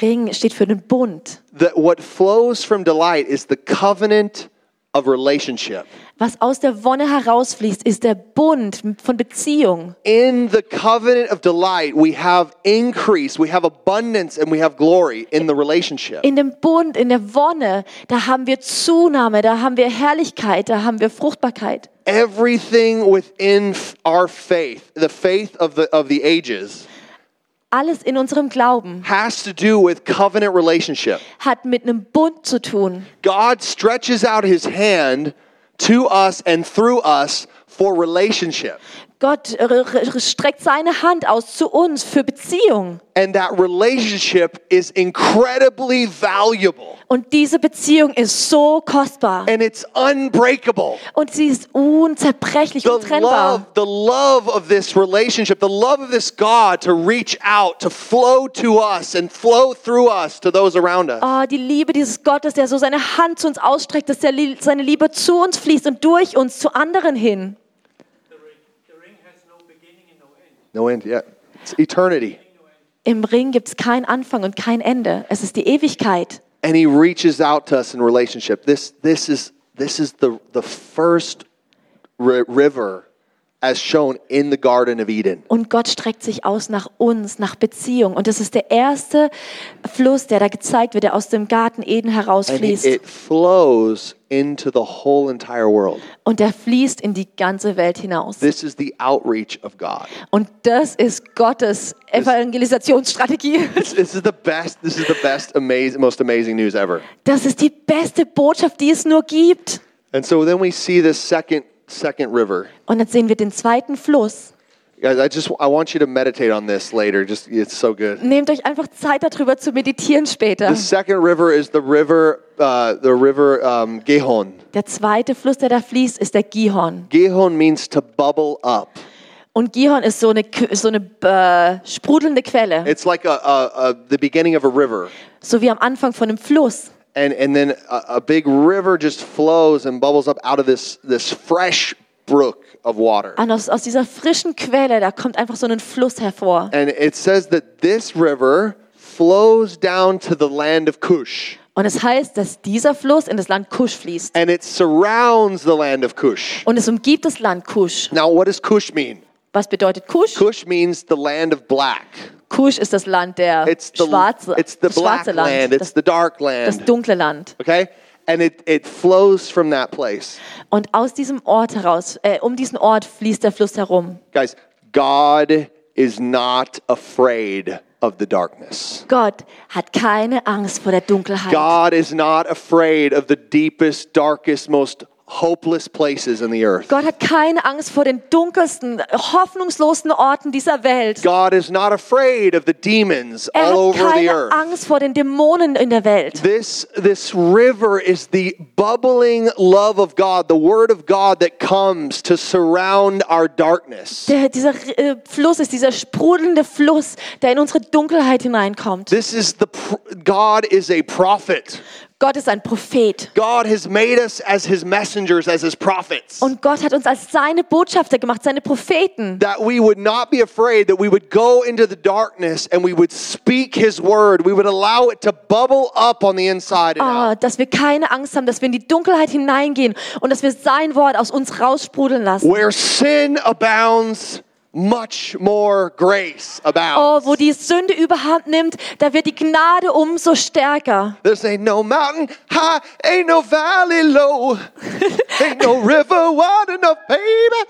Speaker 3: Ring steht für den Bund.
Speaker 2: That what flows from delight is the covenant of relationship.
Speaker 3: Was aus der Wonne herausfließt, ist der Bund von Beziehung.
Speaker 2: In the covenant of delight, we have increase, we have abundance, and we have glory in the relationship.
Speaker 3: In dem Bund, in der Wonne, da haben wir Zunahme, da haben wir Herrlichkeit, da haben wir Fruchtbarkeit.
Speaker 2: Everything within f- our faith, the faith of the of the ages,
Speaker 3: Alles in unserem Glauben
Speaker 2: has to do with covenant relationship.
Speaker 3: hat mit einem Bund zu tun.
Speaker 2: God stretches out his hand to us and through us for relationship.
Speaker 3: Gott r- r- streckt seine Hand aus zu uns für Beziehung.
Speaker 2: And that relationship is incredibly valuable
Speaker 3: Und diese Beziehung ist so kostbar.
Speaker 2: and it's unbreakable.
Speaker 3: Und sie ist unzerbrechlich,
Speaker 2: The
Speaker 3: untrennbar.
Speaker 2: love, the love of this relationship, the love of this God to reach out, to flow to us and flow through us to those around us.
Speaker 3: Oh, die Liebe dieses Gottes, der so seine Hand zu uns ausstreckt, dass der, Lie- seine Liebe zu uns fließt und durch uns zu anderen hin.
Speaker 4: The ring has no beginning and no end.
Speaker 2: No end yet. It's eternity.
Speaker 3: Im Ring gibt es keinen Anfang und kein Ende. Es ist die Ewigkeit.
Speaker 2: And he reaches out to us in relationship. This, this is, this is the, the first ri- river as shown in the Garden of Eden.
Speaker 3: Und Gott streckt sich aus nach uns, nach Beziehung. Und das ist der erste Fluss, der da gezeigt wird, der aus dem Garten Eden
Speaker 2: And it,
Speaker 3: herausfließt.
Speaker 2: it flows into the whole entire world.
Speaker 3: Und der fließt in die ganze Welt hinaus.
Speaker 2: This is the outreach of God.
Speaker 3: Und das ist Gottes Evangelisationsstrategie.
Speaker 2: This is the best, this is the best, amazing, most amazing news ever.
Speaker 3: Das ist die beste Botschaft, die es nur gibt.
Speaker 2: And so then we see this second, second river.
Speaker 3: Und dann sehen wir den zweiten Fluss.
Speaker 2: Guys, I just, I want you to meditate on this later. Just, it's so good.
Speaker 3: Nehmt euch einfach Zeit darüber zu meditieren später.
Speaker 2: The second river is the river, uh, the river um, Gihon.
Speaker 3: Der zweite Fluss, der da fließt, ist der Gihon.
Speaker 2: Gihon means to bubble up.
Speaker 3: Und Gihon ist so eine, Qu- so eine äh, sprudelnde Quelle,
Speaker 2: It's like a, a, a, the beginning of a river.
Speaker 3: so wie am Anfang von einem Fluss.
Speaker 2: and and then a, a big river just flows and bubbles up out of this this fresh brook of water
Speaker 3: Und aus, aus dieser frischen Quelle, da kommt einfach so ein Fluss hervor.
Speaker 2: and it says that this river flows down to the land of Cush
Speaker 3: Und es heißt, dass dieser Fluss in das Land Kusch fließt.
Speaker 2: and it surrounds the land of Cush
Speaker 3: Und es umgibt das Land Kusch.
Speaker 2: now what does Cush mean
Speaker 3: Was bedeutet Kusch?
Speaker 2: Cush means the land of black
Speaker 3: Kusch ist das Land der
Speaker 2: it's the
Speaker 3: schwarze,
Speaker 2: it's the
Speaker 3: das
Speaker 2: black
Speaker 3: schwarze
Speaker 2: land
Speaker 3: Land,
Speaker 2: it's
Speaker 3: das,
Speaker 2: the dark
Speaker 3: das
Speaker 2: land
Speaker 3: dunkle Land.
Speaker 2: okay and it it flows from that place
Speaker 3: Und aus diesem Ort heraus, äh, um diesen Ort fließt der Fluss herum.
Speaker 2: guys God is not afraid of the darkness
Speaker 3: Gott hat keine Angst vor der Dunkelheit.
Speaker 2: God is not afraid of the deepest, darkest, most hopeless places in the earth.
Speaker 3: Gott hat keine Angst vor den dunkelsten, hoffnungslosen Orten dieser Welt.
Speaker 2: God is not afraid of the demons
Speaker 3: Er
Speaker 2: all over
Speaker 3: hat
Speaker 2: the
Speaker 3: keine
Speaker 2: earth.
Speaker 3: Angst vor den Dämonen in der Welt.
Speaker 2: This, this river is the bubbling love of God, the word of God that comes to surround our darkness.
Speaker 3: Der, dieser äh, Fluss ist dieser sprudelnde Fluss, der in unsere Dunkelheit hineinkommt.
Speaker 2: This is the pr- God is a prophet.
Speaker 3: Gott ist ein Prophet.
Speaker 2: God has made us as his messengers, as his prophets.
Speaker 3: Und Gott hat uns als seine Botschafter gemacht, seine Propheten.
Speaker 2: that we would not be afraid, that we would go into the darkness and we would speak his word. We would allow it to bubble up on the inside and
Speaker 3: Ah,
Speaker 2: out.
Speaker 3: dass wir keine Angst haben, dass wir in die Dunkelheit hineingehen und dass wir sein Wort aus uns raussprudeln lassen.
Speaker 2: Where sin abounds, much more grace
Speaker 3: Oh,
Speaker 2: abounds.
Speaker 3: wo die Sünde überhand nimmt, da wird die Gnade umso stärker.
Speaker 2: There's ain't no mountain high, ain't no valley low, ain't no river wide enough, baby.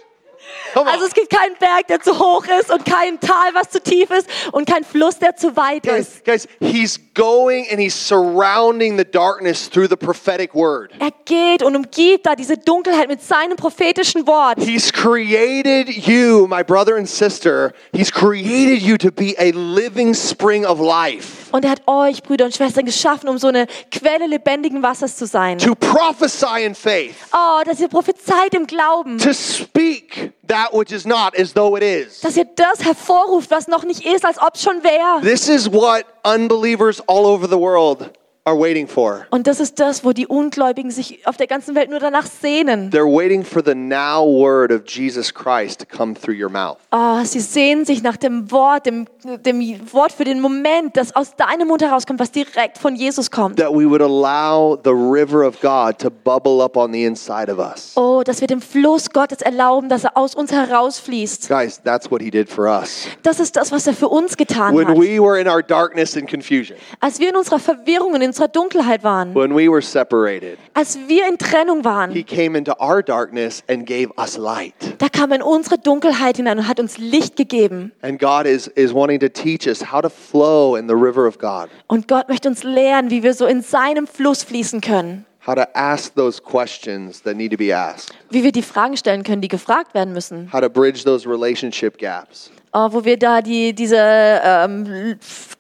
Speaker 2: Come on.
Speaker 3: Also es gibt keinen Berg, der zu hoch ist und kein Tal, was zu tief ist und kein Fluss, der zu weit
Speaker 2: Guys,
Speaker 3: ist.
Speaker 2: guys, he's going and he's surrounding the darkness through the prophetic word.
Speaker 3: Er geht und umgibt da diese Dunkelheit mit seinem prophetischen Wort.
Speaker 2: He's created you, my brother and sister. He's created you to be a living spring of life,
Speaker 3: Und er hat euch, Brüder und Schwestern, geschaffen, um so eine Quelle lebendigen Wassers zu sein.
Speaker 2: to prophesy in faith,
Speaker 3: Oh, dass ihr prophezeit im Glauben.
Speaker 2: to speak that which is not as though it is.
Speaker 3: Dass ihr das hervorruft, was noch nicht ist, als ob schon wäre.
Speaker 2: This is what unbelievers all over the world are waiting for.
Speaker 3: Und das ist das, wo die Ungläubigen sich auf der ganzen Welt nur danach sehnen.
Speaker 2: They're waiting for the now word of Jesus Christ to come through your mouth.
Speaker 3: Oh, sie sehnen sich nach dem Wort, dem, dem Wort für den Moment, das aus deinem Mund herauskommt, was direkt von Jesus kommt.
Speaker 2: That we would allow the river of God to bubble up on the inside of us.
Speaker 3: Oh, dass wir dem Fluss Gottes erlauben, dass er aus uns herausfließt.
Speaker 2: Guys, that's what he did for us.
Speaker 3: Das ist das, was er für uns getan
Speaker 2: When
Speaker 3: hat.
Speaker 2: we were in our darkness and confusion,
Speaker 3: Als wir in unserer Verwirrung und in unserer Dunkelheit waren,
Speaker 2: when we were separated,
Speaker 3: als wir in Trennung waren,
Speaker 2: he came into our darkness and gave us light.
Speaker 3: da kam er in unsere Dunkelheit hinein und hat uns Licht gegeben.
Speaker 2: And God is, is wanting to teach us how to flow in the river of God,
Speaker 3: Und Gott möchte uns lehren, wie wir so in seinem Fluss fließen können.
Speaker 2: how to ask those questions that need to be asked,
Speaker 3: Wie wir die Fragen stellen können, die gefragt werden müssen.
Speaker 2: how to bridge those relationship gaps.
Speaker 3: Oh, wo wir da die, diese ähm,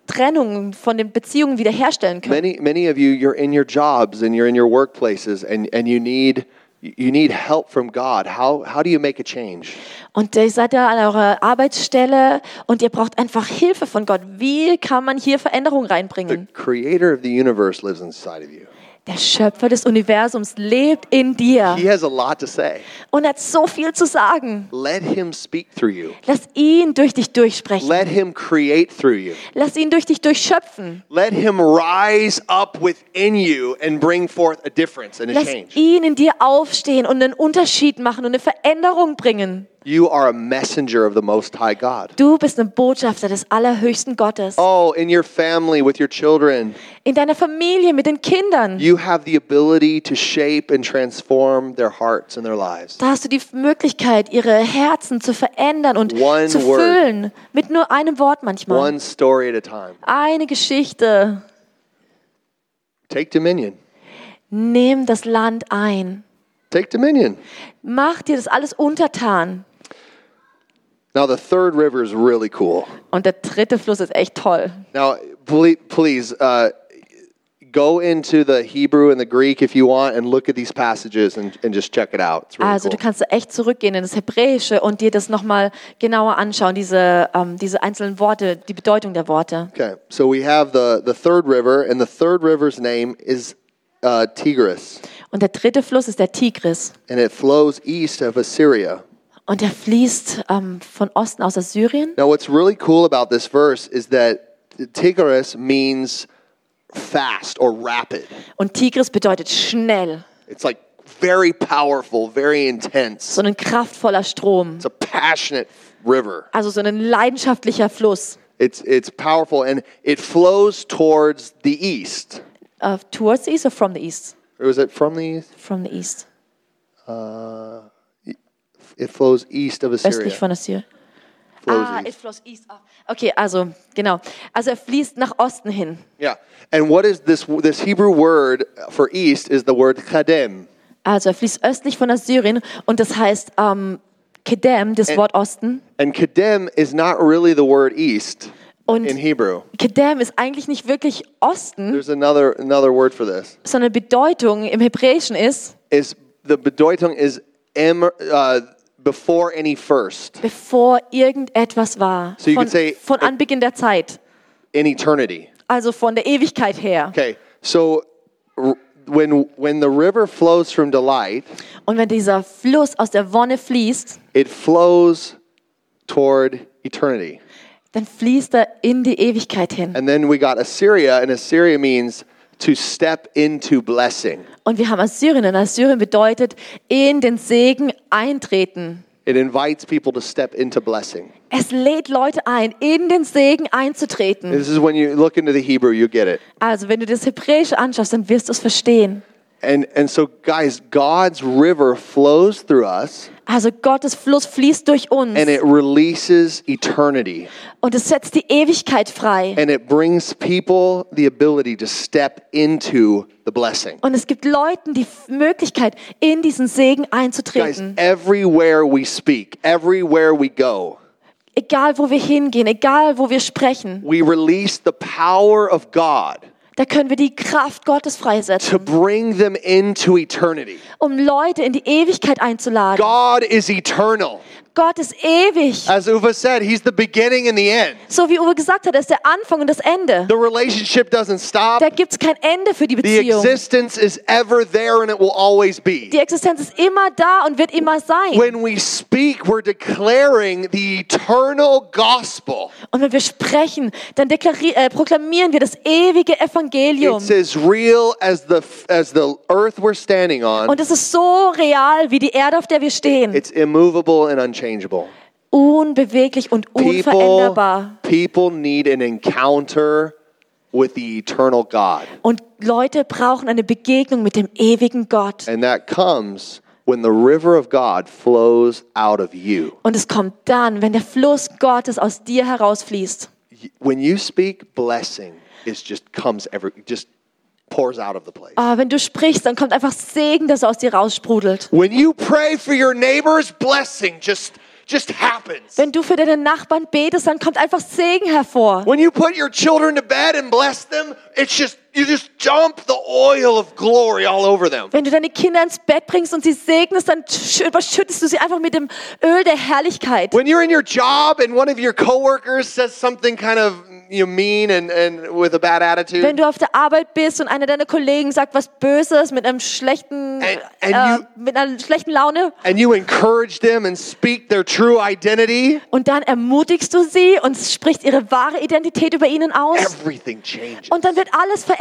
Speaker 3: Trennung von den Beziehungen wiederherstellen können.
Speaker 2: Many, many of you, you're in your jobs and you're in your workplaces and, and you need you need help from God. How, how do you make a change?
Speaker 3: Und ihr seid da an eurer Arbeitsstelle und ihr braucht einfach Hilfe von Gott. Wie kann man hier Veränderung
Speaker 2: The
Speaker 3: reinbringen?
Speaker 2: Mm-hmm. creator of the universe lives inside of you.
Speaker 3: Der Schöpfer des Universums lebt in dir
Speaker 2: He has a lot to say.
Speaker 3: und hat so viel zu sagen.
Speaker 2: Let him speak through you.
Speaker 3: Lass ihn durch dich durchsprechen.
Speaker 2: Let him create through you.
Speaker 3: Lass ihn durch dich durchschöpfen.
Speaker 2: Let him rise up within you and bring forth a difference and a
Speaker 3: Lass
Speaker 2: change.
Speaker 3: ihn in dir aufstehen und einen Unterschied machen und eine Veränderung bringen.
Speaker 2: You are a messenger of the Most High God.
Speaker 3: Du bist ein Botschafter des allerhöchsten Gottes.
Speaker 2: Oh, in your family, with your children,
Speaker 3: In deiner Familie, mit den Kindern.
Speaker 2: you have the ability to shape and transform their hearts and their lives.
Speaker 3: Da hast du die Möglichkeit, ihre Herzen zu verändern und
Speaker 2: One
Speaker 3: zu
Speaker 2: word.
Speaker 3: füllen. Mit nur einem Wort manchmal.
Speaker 2: One story at a time.
Speaker 3: Eine Geschichte.
Speaker 2: Take dominion.
Speaker 3: Nimm das Land ein.
Speaker 2: Take dominion.
Speaker 3: Mach dir das alles untertan.
Speaker 2: Now, the third river is really cool.
Speaker 3: Und der dritte Fluss ist echt toll.
Speaker 2: Now, please, please uh, go into the Hebrew and the Greek if you want and look at these passages and, and just check it out. It's really
Speaker 3: Also du
Speaker 2: cool.
Speaker 3: kannst da echt zurückgehen in das Hebräische und dir das nochmal genauer anschauen, diese, ähm, diese einzelnen Worte, die Bedeutung der Worte.
Speaker 2: Okay, so we have the, the third river, and the third river's name is uh, Tigris,
Speaker 3: Und der dritte Fluss ist der Tigris.
Speaker 2: and it flows east of Assyria.
Speaker 3: Und der fließt ähm, von Osten aus Assyrien.
Speaker 2: Now, what's really cool about this verse is that Tigris means fast or rapid.
Speaker 3: Und Tigris bedeutet schnell,
Speaker 2: It's like very powerful, very intense.
Speaker 3: so ein kraftvoller Strom.
Speaker 2: It's a passionate river.
Speaker 3: Also so ein leidenschaftlicher Fluss
Speaker 2: It's it's powerful and it flows towards the east.
Speaker 3: Uh, towards the east or from the east?
Speaker 2: Or was it from the east?
Speaker 3: From the east.
Speaker 2: It flows east of Assyria.
Speaker 3: Östlich von Assyrien.
Speaker 2: Flows
Speaker 3: Ah, it
Speaker 2: east.
Speaker 3: flows east. Ah, Okay, also genau. Also er fließt nach Osten hin.
Speaker 2: Yeah. And what is this this Hebrew word for east is the word chadem.
Speaker 3: Also er fließt östlich von Assyrien und das heißt ähm, Kedem,
Speaker 2: Äh.
Speaker 3: das Wort Osten.
Speaker 2: And chadem is not really the word east
Speaker 3: Und
Speaker 2: in Hebrew.
Speaker 3: Kedem ist eigentlich nicht wirklich Osten,
Speaker 2: There's another another word for this.
Speaker 3: sondern Bedeutung im Hebräischen ist
Speaker 2: Is the bedeutung is em, uh, before any first
Speaker 3: bevor irgendetwas war.
Speaker 2: So you
Speaker 3: von,
Speaker 2: could say-
Speaker 3: von Anbeginn der Zeit,
Speaker 2: in eternity.
Speaker 3: also von der Ewigkeit her.
Speaker 2: Okay. So r- when when the river flows from delight
Speaker 3: Und wenn dieser Fluss aus der Wonne fließt,
Speaker 2: it flows toward eternity.
Speaker 3: dann fließt er in die Ewigkeit hin.
Speaker 2: And then we got Assyria, and Assyria means to step into blessing.
Speaker 3: Und wir haben Assyrien. Und Assyrien bedeutet in den Segen eintreten.
Speaker 2: It invites people to step into blessing.
Speaker 3: Es lädt Leute ein, in den Segen einzutreten.
Speaker 2: This is when you look into the Hebrew, you get it.
Speaker 3: Also wenn du das Hebräische anschaust, dann wirst du es verstehen.
Speaker 2: And, and so, guys, God's river flows through us
Speaker 3: Also Gottes Fluss fließt durch uns
Speaker 2: and it releases eternity.
Speaker 3: und es setzt die Ewigkeit frei.
Speaker 2: And it brings people the ability to step into the blessing.
Speaker 3: Und es gibt Leuten die F- Möglichkeit, in diesen Segen
Speaker 2: Guys, eh-
Speaker 3: einzutreten.
Speaker 2: everywhere we speak, everywhere we go,
Speaker 3: Egal, wo wir hingehen, egal, wo wir sprechen,
Speaker 2: we release the power of God
Speaker 3: da können wir die Kraft Gottes freisetzen,
Speaker 2: to bring them into eternity.
Speaker 3: um Leute in die Ewigkeit einzuladen.
Speaker 2: God is eternal.
Speaker 3: Gott ist ewig.
Speaker 2: As Uva said, He's the beginning and the end.
Speaker 3: So wie Uwe gesagt hat, er ist der Anfang und das Ende.
Speaker 2: The relationship doesn't stop.
Speaker 3: Da gibt es kein Ende für die
Speaker 2: The
Speaker 3: Beziehung.
Speaker 2: existence is ever there and it will always be.
Speaker 3: Die Existenz ist immer da und wird immer sein.
Speaker 2: When we speak, we're declaring the eternal gospel.
Speaker 3: Und wenn wir sprechen, dann deklari- äh, proklamieren wir das ewige Evangelium.
Speaker 2: It's as real as the as the earth we're standing on.
Speaker 3: Und es ist so real wie die Erde, auf der wir stehen.
Speaker 2: It's immovable and unchangeable.
Speaker 3: Unbeweglich und unveränderbar.
Speaker 2: People, people need an encounter with the eternal God.
Speaker 3: Und Leute brauchen eine Begegnung mit dem ewigen Gott.
Speaker 2: And that comes when the river of God flows out of you.
Speaker 3: Und es kommt dann, wenn der Fluss Gottes aus dir herausfließt.
Speaker 2: Y- When you speak, blessing is just comes every just pours out of the place.
Speaker 3: Ah, wenn du sprichst, dann kommt einfach Segen, das aus dir raussprudelt.
Speaker 2: When you pray for your neighbor's blessing, just just happens.
Speaker 3: Wenn du für deine Nachbarn betest, dann kommt einfach Segen hervor.
Speaker 2: When you put your children to bed and bless them, it's just you just dump the oil of glory all over them.
Speaker 3: Wenn du deine Kinder ins Bett bringst und sie segnest, dann sch- überschüttest du sie einfach mit dem Öl der Herrlichkeit.
Speaker 2: When you're in your job and one of your coworkers says something kind of you know, mean and, and with a bad attitude,
Speaker 3: Wenn du auf der Arbeit bist und einer deiner Kollegen sagt was Böses mit einem schlechten,
Speaker 2: And- and you-
Speaker 3: äh, mit einer schlechten Laune
Speaker 2: and you encourage them and speak their true identity,
Speaker 3: und dann ermutigst du sie und sprichst ihre wahre Identität über ihnen aus
Speaker 2: everything changes.
Speaker 3: und dann wird alles verändert.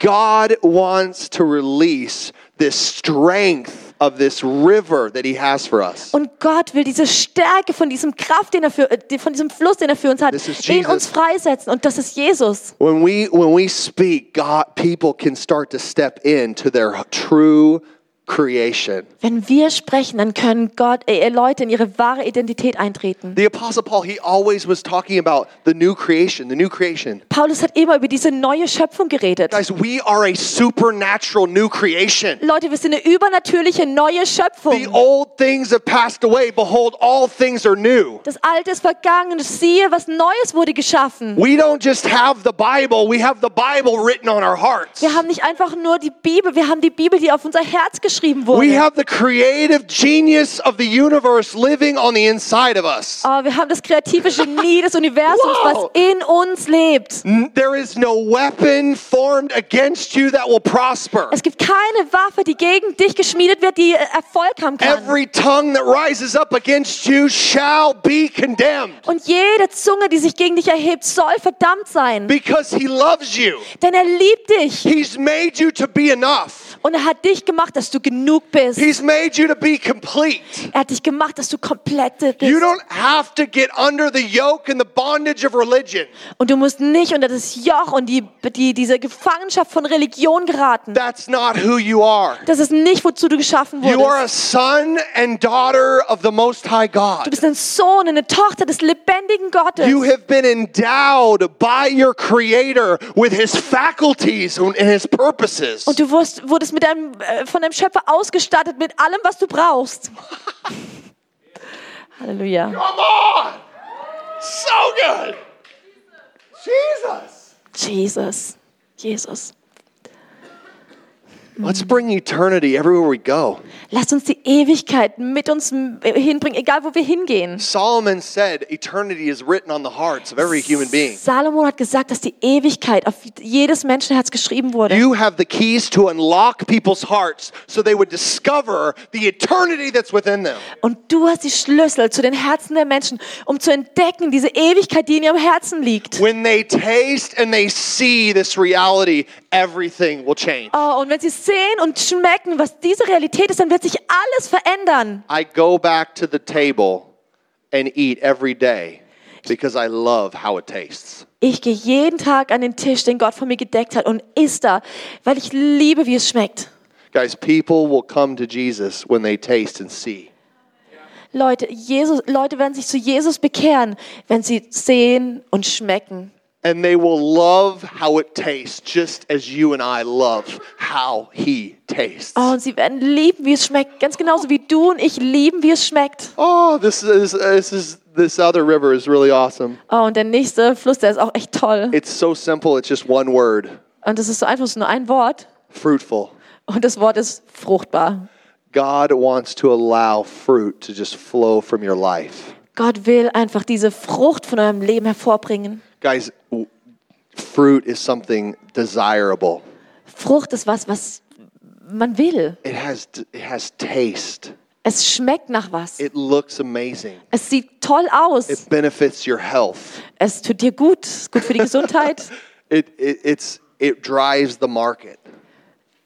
Speaker 2: God wants to release this strength of this river that He has for us.
Speaker 3: Und Gott will diese Stärke von diesem Kraft, den er für, äh, von diesem Fluss, den er für uns hat,
Speaker 2: This is
Speaker 3: in
Speaker 2: Jesus.
Speaker 3: uns freisetzen. Und das ist Jesus.
Speaker 2: When we when we speak, God people can start to step into their true creation.
Speaker 3: Wenn wir sprechen, dann können Gott, äh, Leute in ihre wahre Identität eintreten.
Speaker 2: The apostle Paul, he always was talking about the new creation, the new creation.
Speaker 3: Paulus hat immer über diese neue Schöpfung geredet.
Speaker 2: Guys, we are a supernatural new creation.
Speaker 3: Leute, wir sind eine übernatürliche neue
Speaker 2: The
Speaker 3: Schöpfung.
Speaker 2: old things have passed away. Behold, all things are new.
Speaker 3: Das Alte ist vergangen und siehe, was Neues wurde geschaffen.
Speaker 2: We don't just have the Bible, we have the Bible written on our hearts.
Speaker 3: Wir haben nicht einfach nur die Bibel, wir haben die Bibel, die auf unser Herz geschrieben
Speaker 2: We
Speaker 3: wurde.
Speaker 2: have the creative genius of the universe living on the inside of us.
Speaker 3: Aber wir haben das kreative Genie des Universums,
Speaker 2: Wow.
Speaker 3: was in uns lebt.
Speaker 2: N- There is no weapon formed against you that will prosper.
Speaker 3: Es gibt keine Waffe, die gegen dich geschmiedet wird, die äh, Erfolg haben kann.
Speaker 2: Every tongue that rises up against you shall be condemned
Speaker 3: Und jede Zunge, die sich gegen dich erhebt, soll verdammt sein.
Speaker 2: because he loves you.
Speaker 3: Denn er liebt dich
Speaker 2: He's made you to be enough.
Speaker 3: und er hat dich gemacht, dass du genug bist.
Speaker 2: He's made you to be complete.
Speaker 3: Er hat dich gemacht, dass du komplett bist.
Speaker 2: You don't have to get under the yoke and the bondage of religion.
Speaker 3: Und du musst nicht unter das Joch und die, die, diese Gefangenschaft von Religion geraten.
Speaker 2: That's not who you are.
Speaker 3: Das ist nicht, wozu du geschaffen
Speaker 2: You are a
Speaker 3: wurdest.
Speaker 2: son and daughter of the Most High
Speaker 3: Du
Speaker 2: God.
Speaker 3: bist ein Sohn, eine Tochter des lebendigen Gottes.
Speaker 2: You have been endowed by your Creator with His faculties and His purposes.
Speaker 3: Und du wurdest, wurdest mit deinem, äh, von deinem Schöpfer ausgestattet mit allem, was du brauchst. Halleluja.
Speaker 2: Come on! So good! Jesus!
Speaker 3: Jesus. Jesus.
Speaker 2: Let's bring eternity everywhere we go.
Speaker 3: Lass uns die Ewigkeit mit uns m- hinbringen, egal wo wir hingehen.
Speaker 2: Solomon said, Eternity is written on the hearts of every human being.
Speaker 3: Salomon hat gesagt, dass die Ewigkeit auf jedes Menschenherz geschrieben wurde.
Speaker 2: You have the keys to unlock people's hearts so they would discover the eternity that's within them.
Speaker 3: Und du hast die Schlüssel zu den Herzen der Menschen, um zu entdecken, diese Ewigkeit, die in ihrem Herzen liegt.
Speaker 2: When they taste and they see this reality, everything will change.
Speaker 3: Oh, und wenn sie sehen und schmecken, was diese Realität ist, dann wird sich alles verändern.
Speaker 2: I go back to the table and eat every day because I love how it tastes.
Speaker 3: Ich gehe jeden Tag an den Tisch, den Gott von mir gedeckt hat, und isst da, weil ich liebe, wie es schmeckt.
Speaker 2: Guys, people will come to Jesus when they taste and see.
Speaker 3: Leute, Jesus, Leute werden sich zu Jesus bekehren, wenn sie sehen und schmecken.
Speaker 2: And they will love how it tastes, just as you and I love how he tastes.
Speaker 3: Oh, und sie werden lieben, wie es schmeckt. Ganz genauso wie du und ich lieben, wie es schmeckt.
Speaker 2: Oh, this is this is this other river is really awesome.
Speaker 3: Oh, und der nächste Fluss, der ist auch echt toll.
Speaker 2: It's so simple, it's just one word.
Speaker 3: Und das ist so einfach, es ist nur ein Wort.
Speaker 2: Fruitful.
Speaker 3: Und das Wort ist fruchtbar.
Speaker 2: God wants to allow fruit to just flow from your life.
Speaker 3: Gott will einfach diese Frucht von eurem Leben hervorbringen.
Speaker 2: Guys, w- fruit is something desirable.
Speaker 3: Frucht ist was, was man will.
Speaker 2: It has it has taste.
Speaker 3: Es schmeckt nach was.
Speaker 2: It looks amazing.
Speaker 3: Es sieht toll aus.
Speaker 2: It benefits your health.
Speaker 3: Es tut dir gut. Es ist gut für die Gesundheit.
Speaker 2: It, it it's it drives the market.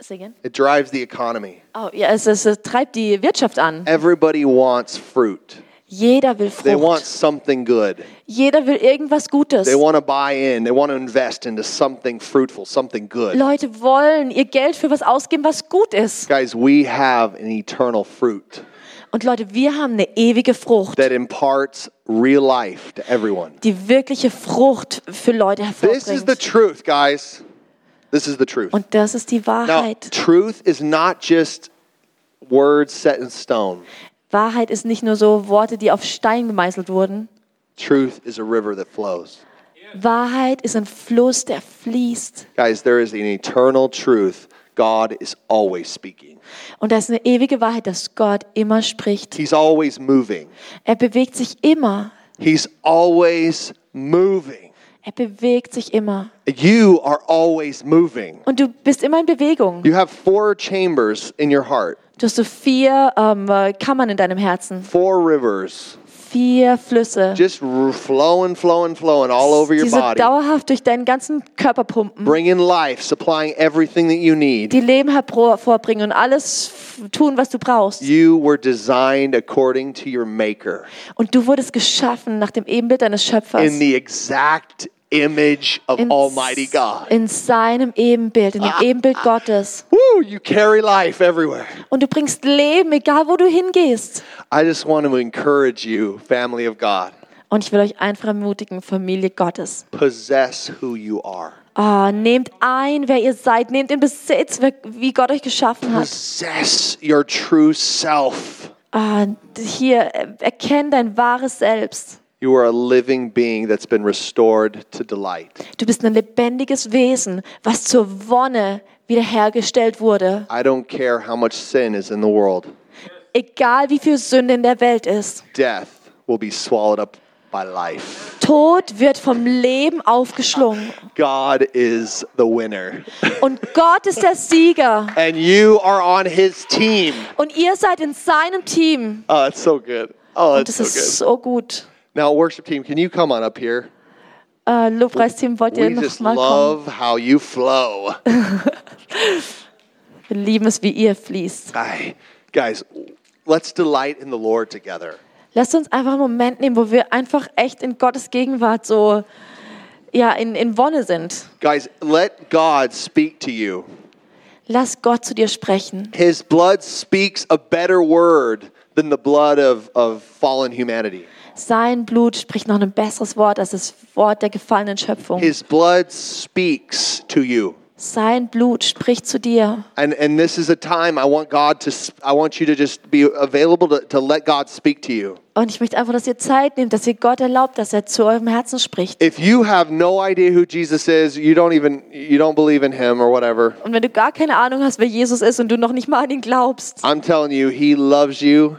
Speaker 3: Say again.
Speaker 2: It drives the economy.
Speaker 3: Oh, ja, es, es treibt die Wirtschaft an.
Speaker 2: Everybody wants fruit.
Speaker 3: Jeder will
Speaker 2: They want
Speaker 3: Frucht.
Speaker 2: something good.
Speaker 3: Jeder will irgendwas Gutes.
Speaker 2: They want to buy in. They want to invest into something fruitful, something good.
Speaker 3: Leute wollen ihr Geld für was ausgeben, was gut ist.
Speaker 2: Guys, we have an eternal fruit
Speaker 3: Und Leute, wir haben eine ewige Frucht,
Speaker 2: that imparts real life to everyone.
Speaker 3: die wirkliche Frucht für Leute
Speaker 2: This is the
Speaker 3: hervorbringt.
Speaker 2: truth, guys. This is the truth.
Speaker 3: Und das ist die
Speaker 2: Now,
Speaker 3: Wahrheit.
Speaker 2: truth is not just words set in stone.
Speaker 3: Wahrheit ist nicht nur so Worte, die auf Stein gemeißelt wurden.
Speaker 2: Truth is a river that flows.
Speaker 3: Wahrheit ist ein Fluss, der fließt.
Speaker 2: Guys, there is an eternal truth. God is always speaking.
Speaker 3: Und da ist eine ewige Wahrheit, dass Gott immer spricht.
Speaker 2: He's always moving.
Speaker 3: Er bewegt sich immer.
Speaker 2: He's always moving.
Speaker 3: Er bewegt sich immer.
Speaker 2: You are always moving.
Speaker 3: Und du bist immer in Bewegung.
Speaker 2: You have four chambers in your heart,
Speaker 3: Du hast so vier ähm, äh, Kammern in deinem Herzen.
Speaker 2: four rivers,
Speaker 3: Vier Flüsse.
Speaker 2: just r- flowing, flowing, flowing all over your
Speaker 3: Die so
Speaker 2: body,
Speaker 3: dauerhaft durch deinen ganzen Körper pumpen.
Speaker 2: bringing life, supplying everything that you need.
Speaker 3: Die Leben hervorbringen und alles f- tun, was du brauchst.
Speaker 2: You were designed according to your Maker
Speaker 3: Und du wurdest geschaffen nach dem Ebenbild deines Schöpfers.
Speaker 2: in the exact image of
Speaker 3: In-
Speaker 2: Almighty God. Ah.
Speaker 3: In seinem Ebenbild, in dem Ebenbild Gottes.
Speaker 2: Woo! You carry life everywhere.
Speaker 3: Und du bringst Leben, egal wo du hingehst.
Speaker 2: I just want to encourage you, family of God,
Speaker 3: Und ich will euch einfach ermutigen, Familie Gottes.
Speaker 2: possess who you are.
Speaker 3: Ah, nehmt ein, wer ihr seid. Nehmt in Besitz, wer- wie Gott euch geschaffen hat.
Speaker 2: Possess your true self.
Speaker 3: Ah, hier, äh, erkenn dein wahres Selbst.
Speaker 2: You are a living being that's been restored to delight.
Speaker 3: Du bist ein lebendiges Wesen, was zur Wonne wiederhergestellt wurde.
Speaker 2: I don't care how much sin is in the world,
Speaker 3: Egal wie viel Sünde in der Welt ist.
Speaker 2: death will be swallowed up by life.
Speaker 3: Tod wird vom Leben aufgeschlungen.
Speaker 2: God is the winner,
Speaker 3: Und Gott ist der Sieger.
Speaker 2: and you are on his team.
Speaker 3: Und ihr seid in seinem Team.
Speaker 2: Oh, it's so good. Oh,
Speaker 3: Und
Speaker 2: it's
Speaker 3: das
Speaker 2: so good.
Speaker 3: ist so gut.
Speaker 2: Now, worship team, can you come on up here?
Speaker 3: Äh, Lobpreisteam, wollt ihr
Speaker 2: We just
Speaker 3: nochmal kommen?
Speaker 2: love how you flow.
Speaker 3: Wir lieben es, wie ihr fließt.
Speaker 2: Ay, guys, let's delight in the Lord together.
Speaker 3: Lasst uns einfach einen Moment nehmen, wo wir einfach echt in Gottes Gegenwart so, ja, in, in Wonne sind.
Speaker 2: Guys, let God speak to you.
Speaker 3: Lass Gott zu dir sprechen.
Speaker 2: His blood speaks a better word than the blood of, of fallen humanity.
Speaker 3: Sein Blut spricht noch ein besseres Wort als das Wort der gefallenen Schöpfung.
Speaker 2: His blood speaks to you.
Speaker 3: Sein Blut spricht zu dir.
Speaker 2: And, and this is a time I want God to, s- I want you to just be available to, to let God speak to you.
Speaker 3: Und ich möchte einfach, dass ihr Zeit nehmt, dass ihr Gott erlaubt, dass er zu eurem Herzen spricht.
Speaker 2: If you have no idea who Jesus is, you don't even, you don't believe in him or whatever,
Speaker 3: Und wenn du gar keine Ahnung hast, wer Jesus ist und du noch nicht mal an ihn glaubst,
Speaker 2: I'm telling you, he loves you.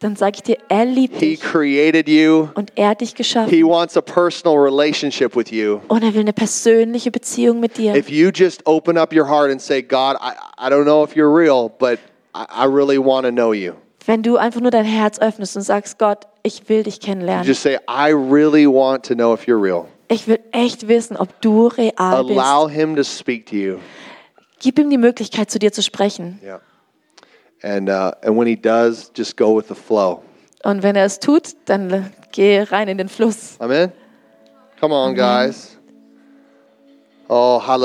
Speaker 3: dann sage ich dir, er liebt
Speaker 2: He
Speaker 3: dich
Speaker 2: created you.
Speaker 3: und er hat dich geschaffen.
Speaker 2: He wants a personal relationship with you.
Speaker 3: Und er will eine persönliche Beziehung mit dir.
Speaker 2: If you just open up your heart and say, God, I, I don't know if you're real, but I, I really want to know you.
Speaker 3: Wenn du einfach nur dein Herz öffnest und sagst, Gott, ich will dich
Speaker 2: You
Speaker 3: kennenlernen.
Speaker 2: just say, I really want to know if you're real.
Speaker 3: Ich will echt wissen, ob du real bist.
Speaker 2: Allow Him to speak to you.
Speaker 3: Gib ihm die Möglichkeit, zu dir zu sprechen.
Speaker 2: Yeah. And, uh, and when He does, just go with the flow.
Speaker 3: Und wenn er es tut, dann äh, geh rein in den Fluss.
Speaker 2: Amen? Come on, guys. Oh, hallelujah.